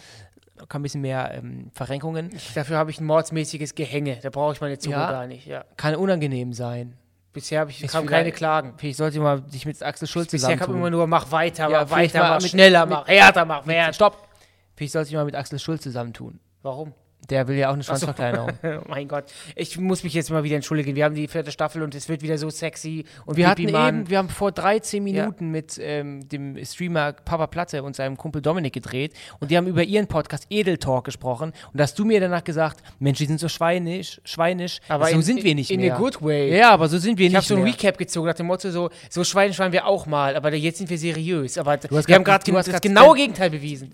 S3: kann ein bisschen mehr ähm, Verrenkungen.
S2: Dafür habe ich ein mordsmäßiges Gehänge. Da brauche ich meine Zunge
S3: Ja.
S2: gar nicht. Ja.
S3: Kann unangenehm sein.
S2: Bisher habe ich,
S3: Ist
S2: kam keine
S3: vielleicht-
S2: Klagen.
S3: Ich sollte mal dich mit Axel Schulz
S2: Bisher kam
S3: zusammentun.
S2: immer nur, mach weiter,
S3: Ja,
S2: mach
S3: vielleicht
S2: weiter,
S3: mal
S2: mach
S3: mit-
S2: schneller,
S3: mit-
S2: mach härter, mach mehr.
S3: Stopp! Vielleicht sollte ich mal mit Axel Schulz zusammentun.
S2: Warum?
S3: Der will ja auch eine Schwanzverkleinerung.
S2: Oh mein Gott. Ich muss mich jetzt mal wieder entschuldigen. Wir haben die vierte Staffel und es wird wieder so sexy und
S3: Wir hatten
S2: Pipi-Mann.
S3: eben, wir haben vor 13
S2: Ja.
S3: Minuten mit ähm, dem Streamer Papa Platte und seinem Kumpel Dominik gedreht und die haben über ihren Podcast Edel Talk gesprochen und da hast du mir danach gesagt, Mensch, die sind so schweinisch, schweinisch,
S2: Aber
S3: so
S2: in-
S3: sind wir nicht
S2: in a
S3: mehr.
S2: good way.
S3: Ja, aber so sind wir
S2: Ich habe
S3: nicht
S2: so ein
S3: mehr.
S2: Recap gezogen nach dem Motto, so, so Schwein, Schwein wir auch mal, aber jetzt sind wir seriös. Aber wir
S3: hast
S2: haben
S3: grad-
S2: gerade
S3: du hast
S2: das
S3: grad-
S2: genaue Gegenteil bewiesen.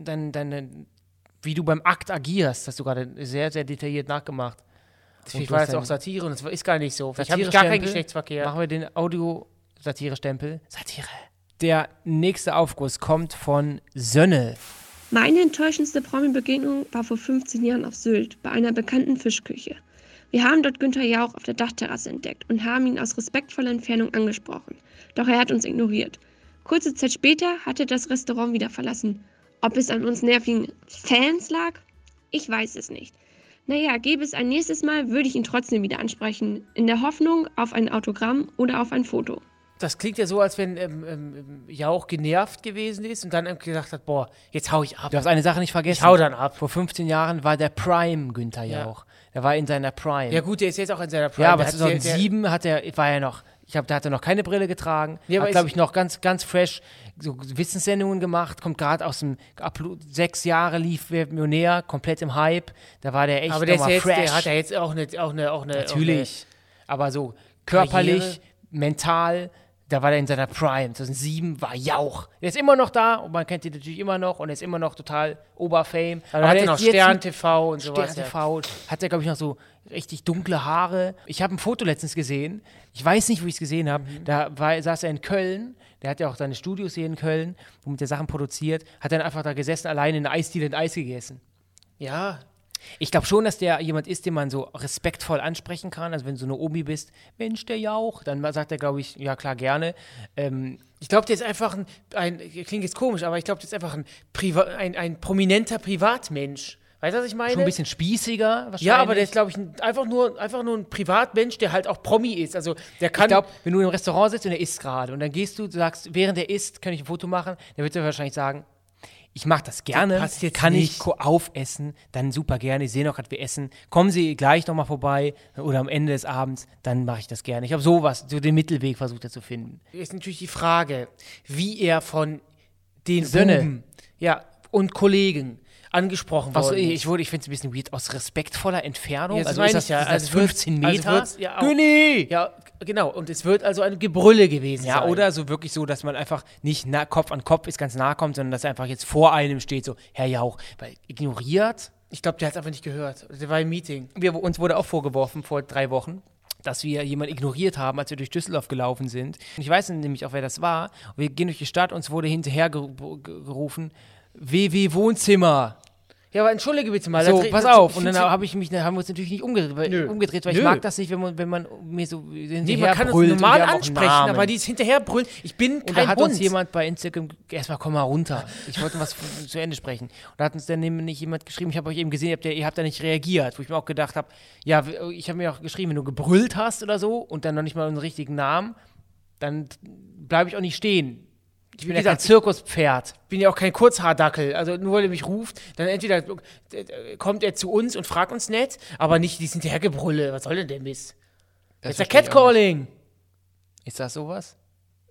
S3: Dein, deine, wie du beim Akt agierst, hast du gerade sehr, sehr detailliert nachgemacht.
S2: Ich
S3: du
S2: war
S3: hast
S2: jetzt auch
S3: dein-
S2: Satire und es ist gar nicht so. Ich habe gar keinen
S3: Satire-Stempel.
S2: Geschlechtsverkehr.
S3: Machen wir den Audio-Satire-Stempel. Satire. Der nächste Aufguss kommt von Sönne.
S4: Meine enttäuschendste Promi-Begegnung war vor 15 Jahren auf Sylt bei einer bekannten Fischküche. Wir haben dort Günther Jauch auf der Dachterrasse entdeckt und haben ihn aus respektvoller Entfernung angesprochen. Doch er hat uns ignoriert. Kurze Zeit später hat er das Restaurant wieder verlassen. Ob es an uns nervigen Fans lag? Ich weiß es nicht. Naja, gäbe es ein nächstes Mal, würde ich ihn trotzdem wieder ansprechen, in der Hoffnung auf ein Autogramm oder auf ein Foto.
S2: Das klingt ja so, als wenn ähm, ähm, Jauch genervt gewesen ist und dann ähm, gesagt hat, boah, jetzt hau ich ab.
S3: Du hast eine Sache nicht vergessen.
S2: Ich hau dann ab.
S3: Vor 15 Jahren war der Prime Günther
S2: Ja.
S3: Jauch. Er war in seiner Prime.
S2: Ja gut, der ist jetzt auch in seiner Prime.
S3: Ja, aber
S2: Der hat- der- der-
S3: 2007 hat er, war er noch, ich glaube, da hat er noch keine Brille getragen.
S2: Ja,
S3: Ja,
S2: aber
S3: hat,
S2: ist-
S3: glaube ich, noch ganz, ganz fresh so Wissenssendungen gemacht. Kommt gerade aus dem, ab sechs Jahre lief Wer wird Millionär, komplett im Hype. Da war der echt
S2: Aber der, ist
S3: noch
S2: ja
S3: mal
S2: jetzt,
S3: fresh.
S2: der hat ja jetzt auch eine, auch eine, auch eine
S3: Natürlich. Aber so körperlich,
S2: Karriere.
S3: mental, da war er in seiner Prime. 2007 war Jauch. Er ist immer noch da und man kennt ihn natürlich immer noch und er ist immer noch total Oberfame.
S2: Auch eine, aber
S3: der
S2: der hat
S3: ist
S2: noch
S3: jetzt
S2: Stern
S3: mit-
S2: TV und sowas.
S3: Stern TV hat er, glaube ich, noch so richtig dunkle Haare. Ich habe ein Foto letztens gesehen. Ich weiß nicht, wo ich es gesehen habe.
S2: Mhm.
S3: Da war, saß er in Köln. Der hat ja auch seine Studios hier in Köln, womit er Sachen produziert. Hat dann einfach da gesessen, alleine in der Eisdiele und Eis gegessen.
S2: Ja.
S3: Ich glaube schon, dass der jemand ist, den man so respektvoll ansprechen kann. Also wenn du so eine Omi bist, Mensch, der Jauch, dann sagt er, glaube ich, ja klar, gerne. Ähm,
S2: Ich glaube, der ist einfach ein, ein klingt jetzt komisch, aber ich glaube, der ist einfach ein, Priva ein, ein prominenter Privatmensch. Weißt du, was ich meine?
S3: schon ein bisschen spießiger wahrscheinlich.
S2: ja, aber der ist, glaube ich, ein, einfach, nur, einfach nur ein Privatmensch, der halt auch Promi ist. Also der kann.
S3: Ich glaube, wenn du im Restaurant sitzt und er isst gerade und dann gehst du, du sagst, während er isst, kann ich ein Foto machen, dann wird er wahrscheinlich sagen, ich mache das gerne,
S2: passt jetzt
S3: kann
S2: nicht.
S3: ich ko- aufessen, dann super gerne, ich sehe noch gerade, wir essen, kommen Sie gleich nochmal vorbei oder am Ende des Abends, dann mache ich das gerne. Ich habe sowas, so den Mittelweg versucht er zu finden.
S2: ist natürlich die Frage, wie er von den
S3: Söhne.
S2: Buben, ja, und Kollegen angesprochen
S3: Was,
S2: worden
S3: Also, ich,
S2: ist.
S3: ich wurde, ich finde es ein bisschen weird, aus respektvoller Entfernung.
S2: Ja, das
S3: also
S2: meine
S3: ist das,
S2: ich ja.
S3: ist das
S2: Also es wird-
S3: 15
S2: also
S3: Meter.
S2: wird's ja auch-
S3: Günni!
S2: ja, genau. Und es wird also ein Gebrülle gewesen
S3: Ja,
S2: sein.
S3: oder so wirklich so, dass man einfach nicht nah, Kopf an Kopf ist, ganz nah kommt, sondern dass er einfach jetzt vor einem steht, so, Herr Jauch, weil ignoriert.
S2: Ich glaube, der hat es einfach nicht gehört. Der war im Meeting.
S3: Wir, uns wurde auch vorgeworfen vor drei Wochen, dass wir jemanden ignoriert haben, als wir durch Düsseldorf gelaufen sind. Und ich weiß nämlich auch, wer das war. Und wir gehen durch die Stadt, uns wurde hinterher geru- gerufen, WW Wohnzimmer.
S2: Ja, aber entschuldige bitte mal.
S3: So,
S2: da-
S3: pass
S2: da-
S3: auf. Und
S2: Also, ich-
S3: dann habe ich mich, dann haben wir uns natürlich nicht umgedreht, weil,
S2: Nö.
S3: umgedreht, weil
S2: Nö.
S3: ich mag das nicht, wenn man, wenn man mir so
S2: Nee, man kann uns normal ansprechen, aber die ist hinterher brüllt. Ich bin
S3: und
S2: kein
S3: da hat
S2: Hund.
S3: uns jemand bei Instagram erstmal komm mal runter. Ich wollte was f- zu Ende sprechen. Und da hat uns dann nämlich jemand geschrieben, ich habe euch eben gesehen, ihr habt, ja, ihr habt da nicht reagiert, wo ich mir auch gedacht habe, ja, w- ich habe mir auch geschrieben, wenn du gebrüllt hast oder so und dann noch nicht mal einen richtigen Namen, dann bleibe ich auch nicht stehen. Ich bin ja kein
S2: gesagt,
S3: Zirkuspferd.
S2: Ich bin ja auch kein Kurzhaardackel. Also nur weil er mich ruft, dann entweder äh, kommt er zu uns und fragt uns nett, aber nicht dieses hinterhergebrülle. Was soll denn der Mist? Das ist ja
S3: verstehe ich auch
S2: Catcalling.
S3: Ist das sowas?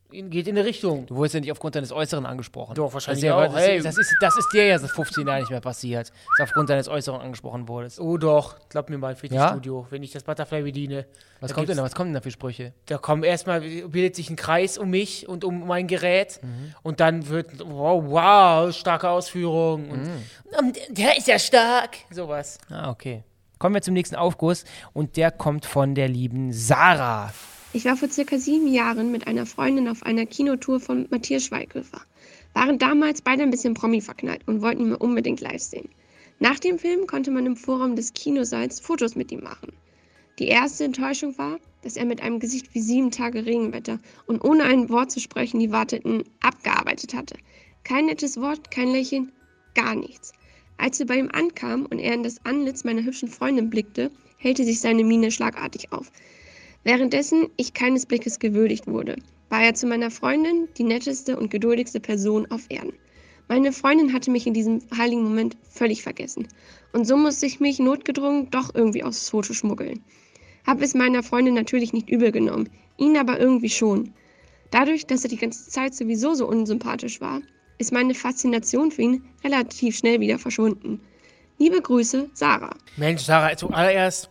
S2: Geht in eine Richtung.
S3: Du wurdest ja nicht aufgrund deines Äußeren angesprochen.
S2: Doch, wahrscheinlich
S3: das ist ja,
S2: auch.
S3: Das,
S2: Hey.
S3: ist, das, ist, das ist dir ja seit 15 Jahren nicht mehr passiert, dass du aufgrund deines Äußeren angesprochen wurdest.
S2: Oh doch, glaub mir mal, Fitnessstudio, wenn ich das Butterfly bediene.
S3: Was
S2: da
S3: kommt denn
S2: gibt's-
S3: da? Was kommen denn da für Sprüche?
S2: Da kommen erstmal, bildet sich ein Kreis um mich und um mein Gerät
S3: Mhm.
S2: und dann wird, wow, wow, starke Ausführung. Und, "Ähm, der ist ja stark. Sowas.
S3: Mhm. Ah, okay. Kommen wir zum nächsten Aufguss und der kommt von der lieben Sarah.
S4: Ich war vor circa sieben Jahren mit einer Freundin auf einer Kinotour von Matthias Schweighöfer. Waren damals beide ein bisschen Promi verknallt und wollten ihn mir unbedingt live sehen. Nach dem Film konnte man im Forum des Kinosaals Fotos mit ihm machen. Die erste Enttäuschung war, dass er mit einem Gesicht wie sieben Tage Regenwetter und ohne ein Wort zu sprechen die Warteten abgearbeitet hatte. Kein nettes Wort, kein Lächeln, gar nichts. Als wir bei ihm ankamen und er in das Antlitz meiner hübschen Freundin blickte, hellte sich seine Miene schlagartig auf. Währenddessen ich keines Blickes gewürdigt wurde, war er zu meiner Freundin die netteste und geduldigste Person auf Erden. Meine Freundin hatte mich in diesem heiligen Moment völlig vergessen. Und so musste ich mich notgedrungen doch irgendwie aufs Foto schmuggeln. Hab es meiner Freundin natürlich nicht übel genommen, ihn aber irgendwie schon. Dadurch, dass er die ganze Zeit sowieso so unsympathisch war, ist meine Faszination für ihn relativ schnell wieder verschwunden. Liebe Grüße, Sarah.
S2: Mensch, Sarah, zuallererst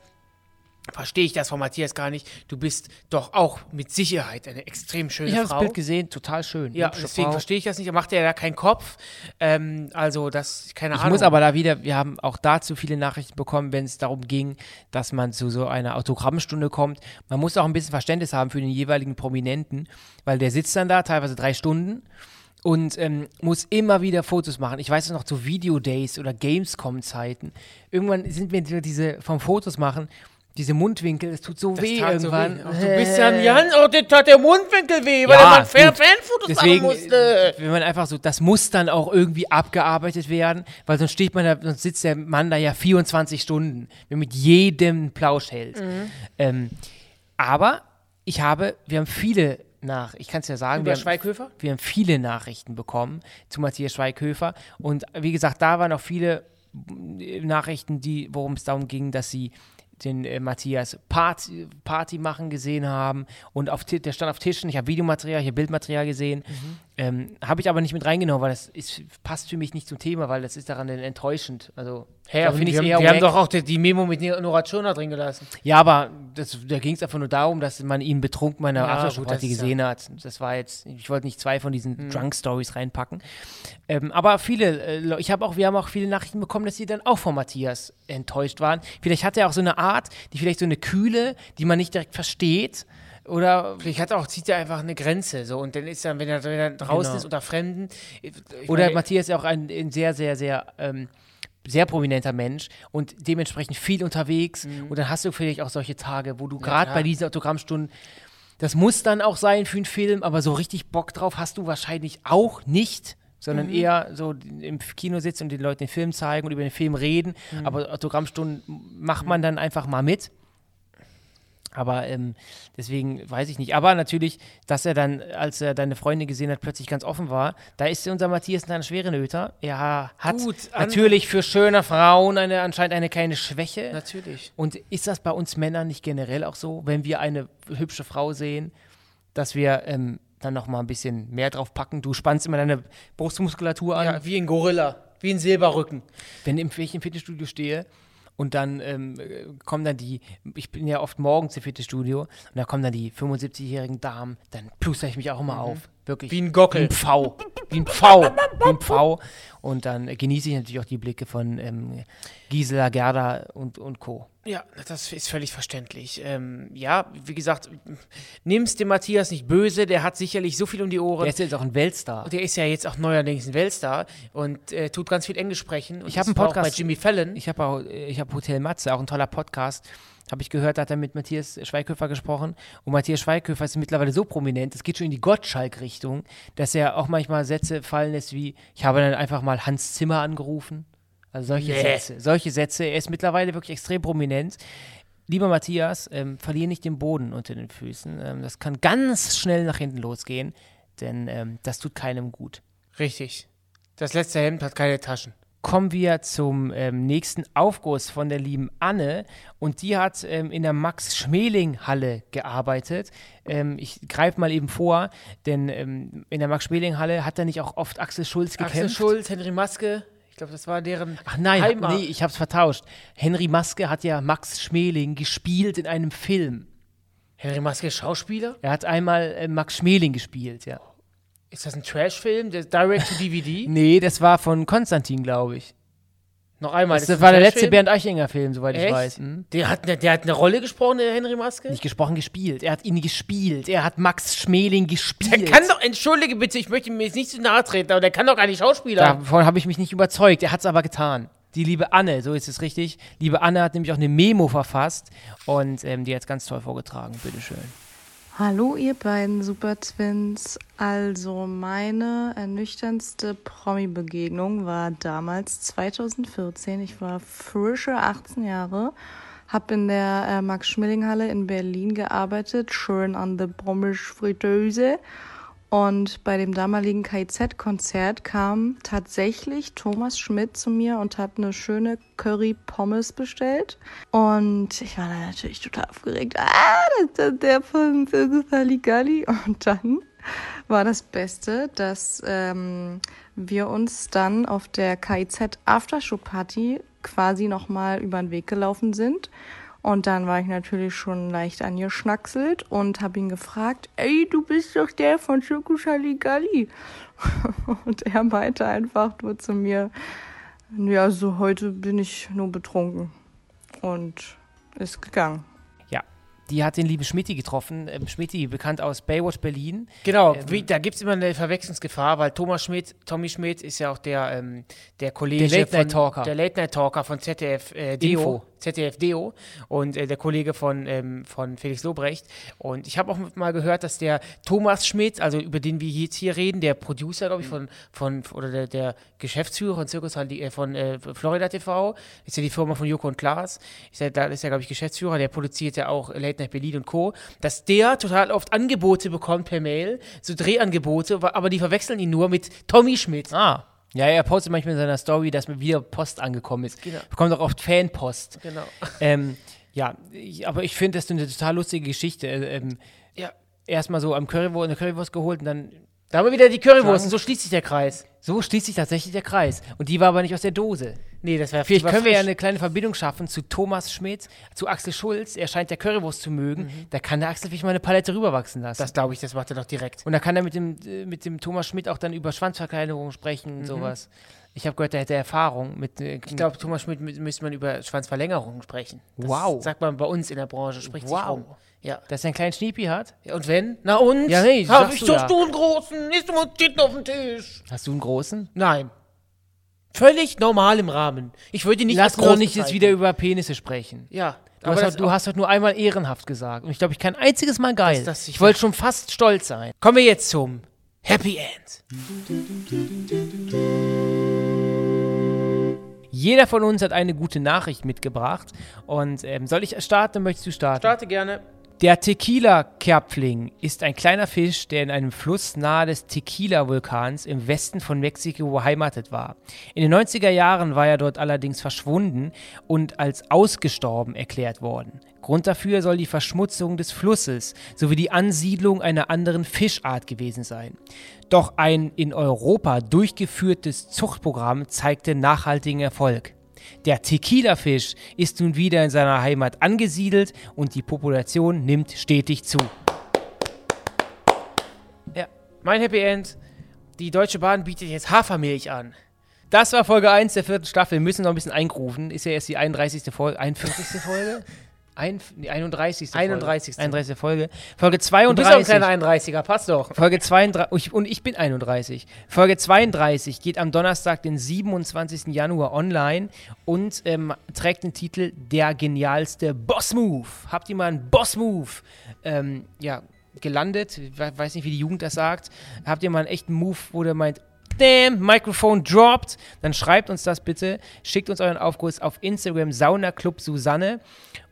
S2: verstehe ich das von Matthias gar nicht. Du bist doch auch mit Sicherheit eine extrem schöne
S3: Ich habe das
S2: Frau.
S3: Bild gesehen, total schön.
S2: ja,
S3: Hübsche
S2: deswegen
S3: Frau.
S2: verstehe ich das nicht. Er macht ja da keinen Kopf. Ähm, also, das, keine
S3: Ich
S2: Ahnung.
S3: muss aber da wieder, wir haben auch dazu viele Nachrichten bekommen, wenn es darum ging, dass man zu so einer Autogrammstunde kommt. Man muss auch ein bisschen Verständnis haben für den jeweiligen Prominenten, weil der sitzt dann da teilweise drei Stunden und ähm, muss immer wieder Fotos machen. Ich weiß es noch zu Video-Days oder Gamescom-Zeiten. Irgendwann sind mir diese vom Fotos machen, diese Mundwinkel, es tut so
S2: Das
S3: weh
S2: tat so
S3: irgendwann.
S2: weh. Ach, du bist ja ein Jan. Oh, das tat der Mundwinkel weh, weil
S3: Ja,
S2: man fair
S3: gut.
S2: Fanfotos machen
S3: Deswegen, äh,
S2: musste.
S3: wenn man einfach so, das muss dann auch irgendwie abgearbeitet werden, weil sonst steht man da, sonst sitzt der Mann da ja 24 Stunden, wenn mit jedem Plausch hält.
S2: Mhm.
S3: Ähm, aber ich habe, wir haben viele nach, ich kann es ja sagen, wir
S2: Über
S3: haben,
S2: Schweighöfer?
S3: wir haben viele Nachrichten bekommen zu Matthias Schweighöfer und wie gesagt, da waren auch viele Nachrichten, die, worum es darum ging, dass sie den äh, Matthias Party, Party machen gesehen haben und auf, Ti- der stand auf Tischen, ich habe Videomaterial, ich habe Bildmaterial gesehen,
S2: Mhm.
S3: ähm, habe ich aber nicht mit reingenommen, weil das ist, passt für mich nicht zum Thema, weil das ist daran dann enttäuschend. Also
S2: Hä,
S3: da
S2: wir,
S3: find ich's
S2: haben,
S3: eher
S2: wir haben
S3: wack.
S2: doch auch die, die Memo mit Nora Tschirner drin gelassen.
S3: Ja, aber das, da ging es einfach nur darum, dass man ihn betrunken bei einer
S2: Ja, Hm.
S3: Aftershow-Party
S2: gut, das ist
S3: gesehen hat. Das war jetzt, ich wollte nicht zwei von diesen Drunk-Stories reinpacken. Ähm, aber viele, äh, Le- ich habe auch, wir haben auch viele Nachrichten bekommen, dass sie dann auch von Matthias enttäuscht waren. Vielleicht hat er auch so eine Art, die vielleicht so eine Kühle, die man nicht direkt versteht. Oder,
S2: Vielleicht hat er auch, zieht er einfach eine Grenze. So. Und dann ist dann, wenn er, wenn er draußen
S3: Genau.
S2: ist unter Fremden. ich- ich
S3: oder
S2: meine,
S3: Matthias ist auch ein, ein sehr, sehr, sehr, ähm, sehr prominenter Mensch und dementsprechend viel unterwegs. Und dann hast du vielleicht auch solche Tage, wo du gerade
S2: Mhm. klar.
S3: bei diesen Autogrammstunden Das muss dann auch sein für einen Film, aber so richtig Bock drauf hast du wahrscheinlich auch nicht,
S2: Mhm.
S3: sondern eher so im Kino sitzen und den Leuten den Film zeigen und über den Film reden.
S2: Mhm.
S3: Aber Autogrammstunden macht man dann einfach mal mit. Aber ähm, deswegen weiß ich nicht. Aber natürlich, dass er dann, als er deine Freundin gesehen hat, plötzlich ganz offen war. Da ist unser Matthias in einer schweren Öter. Er hat
S2: Gut, an-
S3: natürlich für schöne Frauen eine, anscheinend eine kleine Schwäche.
S2: Natürlich.
S3: Und ist das bei uns Männern nicht generell auch so, wenn wir eine hübsche Frau sehen, dass wir ähm, dann noch mal ein bisschen mehr drauf packen? Du spannst immer deine Brustmuskulatur an.
S2: Ja, wie ein Gorilla, wie ein Silberrücken.
S3: Wenn im- wenn ich im Fitnessstudio stehe und dann ähm, äh, kommen dann die, ich bin ja oft morgens im Fitnessstudio und da kommen dann die 75-jährigen Damen, dann plustere ich mich auch immer auf. Wirklich.
S2: Mhm. Wie ein Gockel.
S3: Wie ein Pfau. Wie ein Pfau. Wie ein Pfau. Und dann genieße ich natürlich auch die Blicke von ähm, Gisela, Gerda und, und Co.
S2: Ja, das ist völlig verständlich. Ähm, ja, wie gesagt, nimm's dem Matthias nicht böse, der hat sicherlich so viel um die
S3: Der
S2: Ohren.
S3: ist jetzt auch ein Weltstar.
S2: Und der ist ja jetzt auch neuerdings ein Weltstar und äh, tut ganz viel Englisch sprechen. Und
S3: Ich hab
S2: das
S3: einen
S2: war Auch
S3: Podcast-
S2: bei Jimmy Fallon.
S3: Ich habe auch, ich habe Hotel Matze, auch ein toller Podcast. Habe ich gehört, da hat er mit Matthias Schweighöfer gesprochen. Und Matthias Schweighöfer ist mittlerweile so prominent, es geht schon in die Gottschalk-Richtung, dass er auch manchmal Sätze fallen lässt wie, ich habe dann einfach mal Hans Zimmer angerufen. Also solche
S2: Nee.
S3: Sätze. Solche Sätze. Er ist mittlerweile wirklich extrem prominent. Lieber Matthias, ähm, verliere nicht den Boden unter den Füßen. Ähm, das kann ganz schnell nach hinten losgehen, denn ähm, das tut keinem gut.
S2: Richtig. Das letzte Hemd hat keine Taschen.
S3: kommen wir zum ähm, nächsten Aufguss von der lieben Anne. Und die hat ähm, in der Max-Schmeling-Halle gearbeitet. Ähm, ich greife mal eben vor, denn ähm, in der Max-Schmeling-Halle hat da nicht auch oft Axel Schulz gekämpft?
S2: Axel Schulz, Henry Maske, ich glaube, das war deren
S3: Ach nein,
S2: Heimat.
S3: nee, ich hab's vertauscht. Henry Maske hat ja Max Schmeling gespielt in einem Film.
S2: Henry Maske ist Schauspieler?
S3: Er hat einmal äh, Max Schmeling gespielt, ja.
S2: Ist das ein Trash-Film? Der Direct-to-DVD?
S3: Nee, das war von Konstantin, glaube ich.
S2: Noch einmal.
S3: Das,
S2: ist
S3: war der
S2: ein
S3: letzte
S2: Film?
S3: Bernd Eichinger-Film, soweit ich
S2: Echt?
S3: weiß. Hm?
S2: Der hat, ne- der hat eine Rolle gesprochen, der Henry Maske?
S3: Nicht gesprochen, gespielt. Er hat ihn gespielt. Er hat Max Schmeling gespielt.
S2: der kann doch, entschuldige bitte, ich möchte ihm jetzt nicht zu nahe treten, aber der kann doch gar nicht Schauspieler.
S3: Davon habe ich mich nicht überzeugt. Er hat es aber getan. Die liebe Anne, so ist es richtig. Liebe Anne hat nämlich auch eine Memo verfasst und ähm, die hat es ganz toll vorgetragen. Bitteschön.
S8: Hallo ihr beiden Super Twins. Also meine ernüchterndste Promi-Begegnung war damals 2014. Ich war frische 18 Jahre, habe in der äh, Max-Schmeling-Halle in Berlin gearbeitet, schön an der Pommes-Fritteuse. Und bei dem damaligen KIZ-Konzert kam tatsächlich Thomas Schmidt zu mir und hat eine schöne Curry-Pommes bestellt. Und ich war da natürlich total aufgeregt. Ah, das ist der von Gulli. Und dann war das Beste, dass ähm, wir uns dann auf der KIZ Aftershow Party quasi nochmal über den Weg gelaufen sind. Und dann war ich natürlich schon leicht angeschnackselt und habe ihn gefragt, ey, du bist doch der von Schoko Galli. und er meinte einfach nur zu mir, ja, so heute bin ich nur betrunken. Und ist gegangen.
S3: Die hat den lieben Schmidti getroffen. Ähm, Schmidti, bekannt aus Baywatch Berlin. Ähm,
S2: Genau, wie, da gibt es immer eine Verwechslungsgefahr, weil Thomas Schmidt, Tommy Schmidt ist ja auch der, ähm, der Kollege
S3: Der Late
S2: von,
S3: Night Talker.
S2: der Late Night Talker von ZDF äh,
S3: Info.
S2: Deo, ZDF Deo und äh, der Kollege von, ähm, von Felix Lobrecht. Und ich habe auch mal gehört, dass der Thomas Schmidt, also über den wir jetzt hier reden, der Producer, glaube ich, von, von oder der, der Geschäftsführer von Circus Halli- äh, von äh, Florida TV, ist ja die Firma von Joko und Klaas, ist ja, da ist ja, glaube ich, Geschäftsführer, der produziert ja auch Late Night Berlin und Co., dass der total oft Angebote bekommt per Mail, so Drehangebote, wa- aber die verwechseln ihn nur mit Tommy Schmidt.
S3: Ah. Ja, er postet manchmal in seiner Story, dass mir wieder Post angekommen ist.
S2: Genau.
S3: Bekommt auch oft Fanpost.
S2: Genau.
S3: Ähm, ja, ich, aber ich finde, das ist eine total lustige Geschichte. Äh, Ähm,
S2: Ja.
S3: Erstmal so am Currywurst, eine Currywurst geholt und dann
S2: Da haben wir wieder die Currywurst
S3: Frank-
S2: und so schließt sich der Kreis.
S3: So schließt sich tatsächlich der Kreis. Und die war aber nicht aus der Dose.
S2: Nee, das wäre
S3: Vielleicht können wir ja eine kleine Verbindung schaffen zu Thomas Schmidt, zu Axel Schulz. Er scheint ja Currywurst zu mögen. Da kann der Axel vielleicht mal eine Palette rüberwachsen lassen.
S2: Mhm. Das glaube ich, das macht er doch direkt.
S3: und da kann er mit dem, äh, mit dem Thomas Schmidt auch dann über Schwanzverkleinerung sprechen und sowas. Ich habe gehört, er hätte Erfahrung mit. äh,
S2: Mhm. Ich glaube, Thomas Schmidt mü- müsste man über Schwanzverlängerungen sprechen. Das
S3: Wow.
S2: Sagt man bei uns in der Branche, spricht sich
S3: Wow.
S2: rum. Ja.
S3: dass er einen kleinen Schniepi hat.
S2: Ja, Und wenn? Na und?
S3: Ja, nee,
S2: Hab
S3: sagst
S2: ich
S3: du
S2: doch
S3: ja.
S2: du einen großen, ist nur Titten auf dem Tisch.
S3: Hast du einen großen?
S2: Nein. Völlig normal im Rahmen. Ich würde ihn nicht als
S3: Lass uns doch
S2: groß
S3: nicht jetzt
S2: bezeichnen.
S3: wieder über Penisse sprechen.
S2: Ja.
S3: Du, hast,
S2: das-
S3: doch, du hast doch nur einmal ehrenhaft gesagt. Und ich glaube, ich kein einziges Mal geil.
S2: Das- das-
S3: ich wollte schon fast stolz sein.
S2: Kommen wir jetzt zum Happy End.
S3: Jeder von uns hat eine gute Nachricht mitgebracht. Und ähm, soll ich starten? Möchtest du starten?
S2: Starte gerne.
S3: Der Tequila-Kerpfling ist ein kleiner Fisch, der in einem Fluss nahe des Tequila-Vulkans im Westen von Mexiko beheimatet war. In den 90er Jahren war er dort allerdings verschwunden und als ausgestorben erklärt worden. Grund dafür soll die Verschmutzung des Flusses sowie die Ansiedlung einer anderen Fischart gewesen sein. Doch ein in Europa durchgeführtes Zuchtprogramm zeigte nachhaltigen Erfolg. Der Tequila-Fisch ist nun wieder in seiner Heimat angesiedelt und die Population nimmt stetig zu.
S2: Mein Happy End. Die Deutsche Bahn bietet jetzt Hafermilch an.
S3: Das war Folge 1 der vierten Staffel. Wir müssen noch ein bisschen eingrufen. Ist ja erst die 31. Folge. 41. Folge? Ein, nee, 31. Folge.
S2: 31..
S3: 31. Folge.
S2: Du
S3: Folge
S2: bist doch ein
S3: 32.
S2: kleiner 31er, passt doch.
S3: Folge 32. Und ich- Und ich bin 31. Folge 32 geht am Donnerstag, den 27. Januar online und ähm, trägt den Titel Der genialste Boss-Move. Habt ihr mal einen Boss-Move? Ähm, ja, gelandet. Ich we- weiß nicht, wie die Jugend das sagt. Habt ihr mal einen echten Move, wo der meint, damn, Mikrofon dropped? Dann schreibt uns das bitte. Schickt uns euren Aufguss auf Instagram Saunaclub Susanne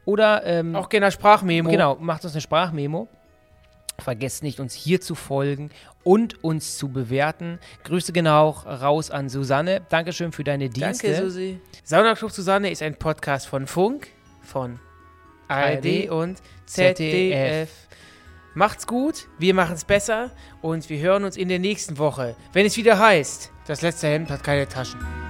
S3: oder ähm,
S2: Auch gerne als Sprachmemo.
S3: Genau, macht uns eine Sprachmemo. Vergesst nicht, uns hier zu folgen und uns zu bewerten. Grüße genau auch raus an Susanne. Dankeschön für deine Dienste.
S2: Danke, Susi. Saunaclub Susanne ist ein Podcast von Funk, von ARD
S3: ARD
S2: und
S3: ZDF.
S2: ZDF. Macht's gut, wir machen's besser und wir hören uns in der nächsten Woche, wenn es wieder heißt, das letzte Hemd hat keine Taschen.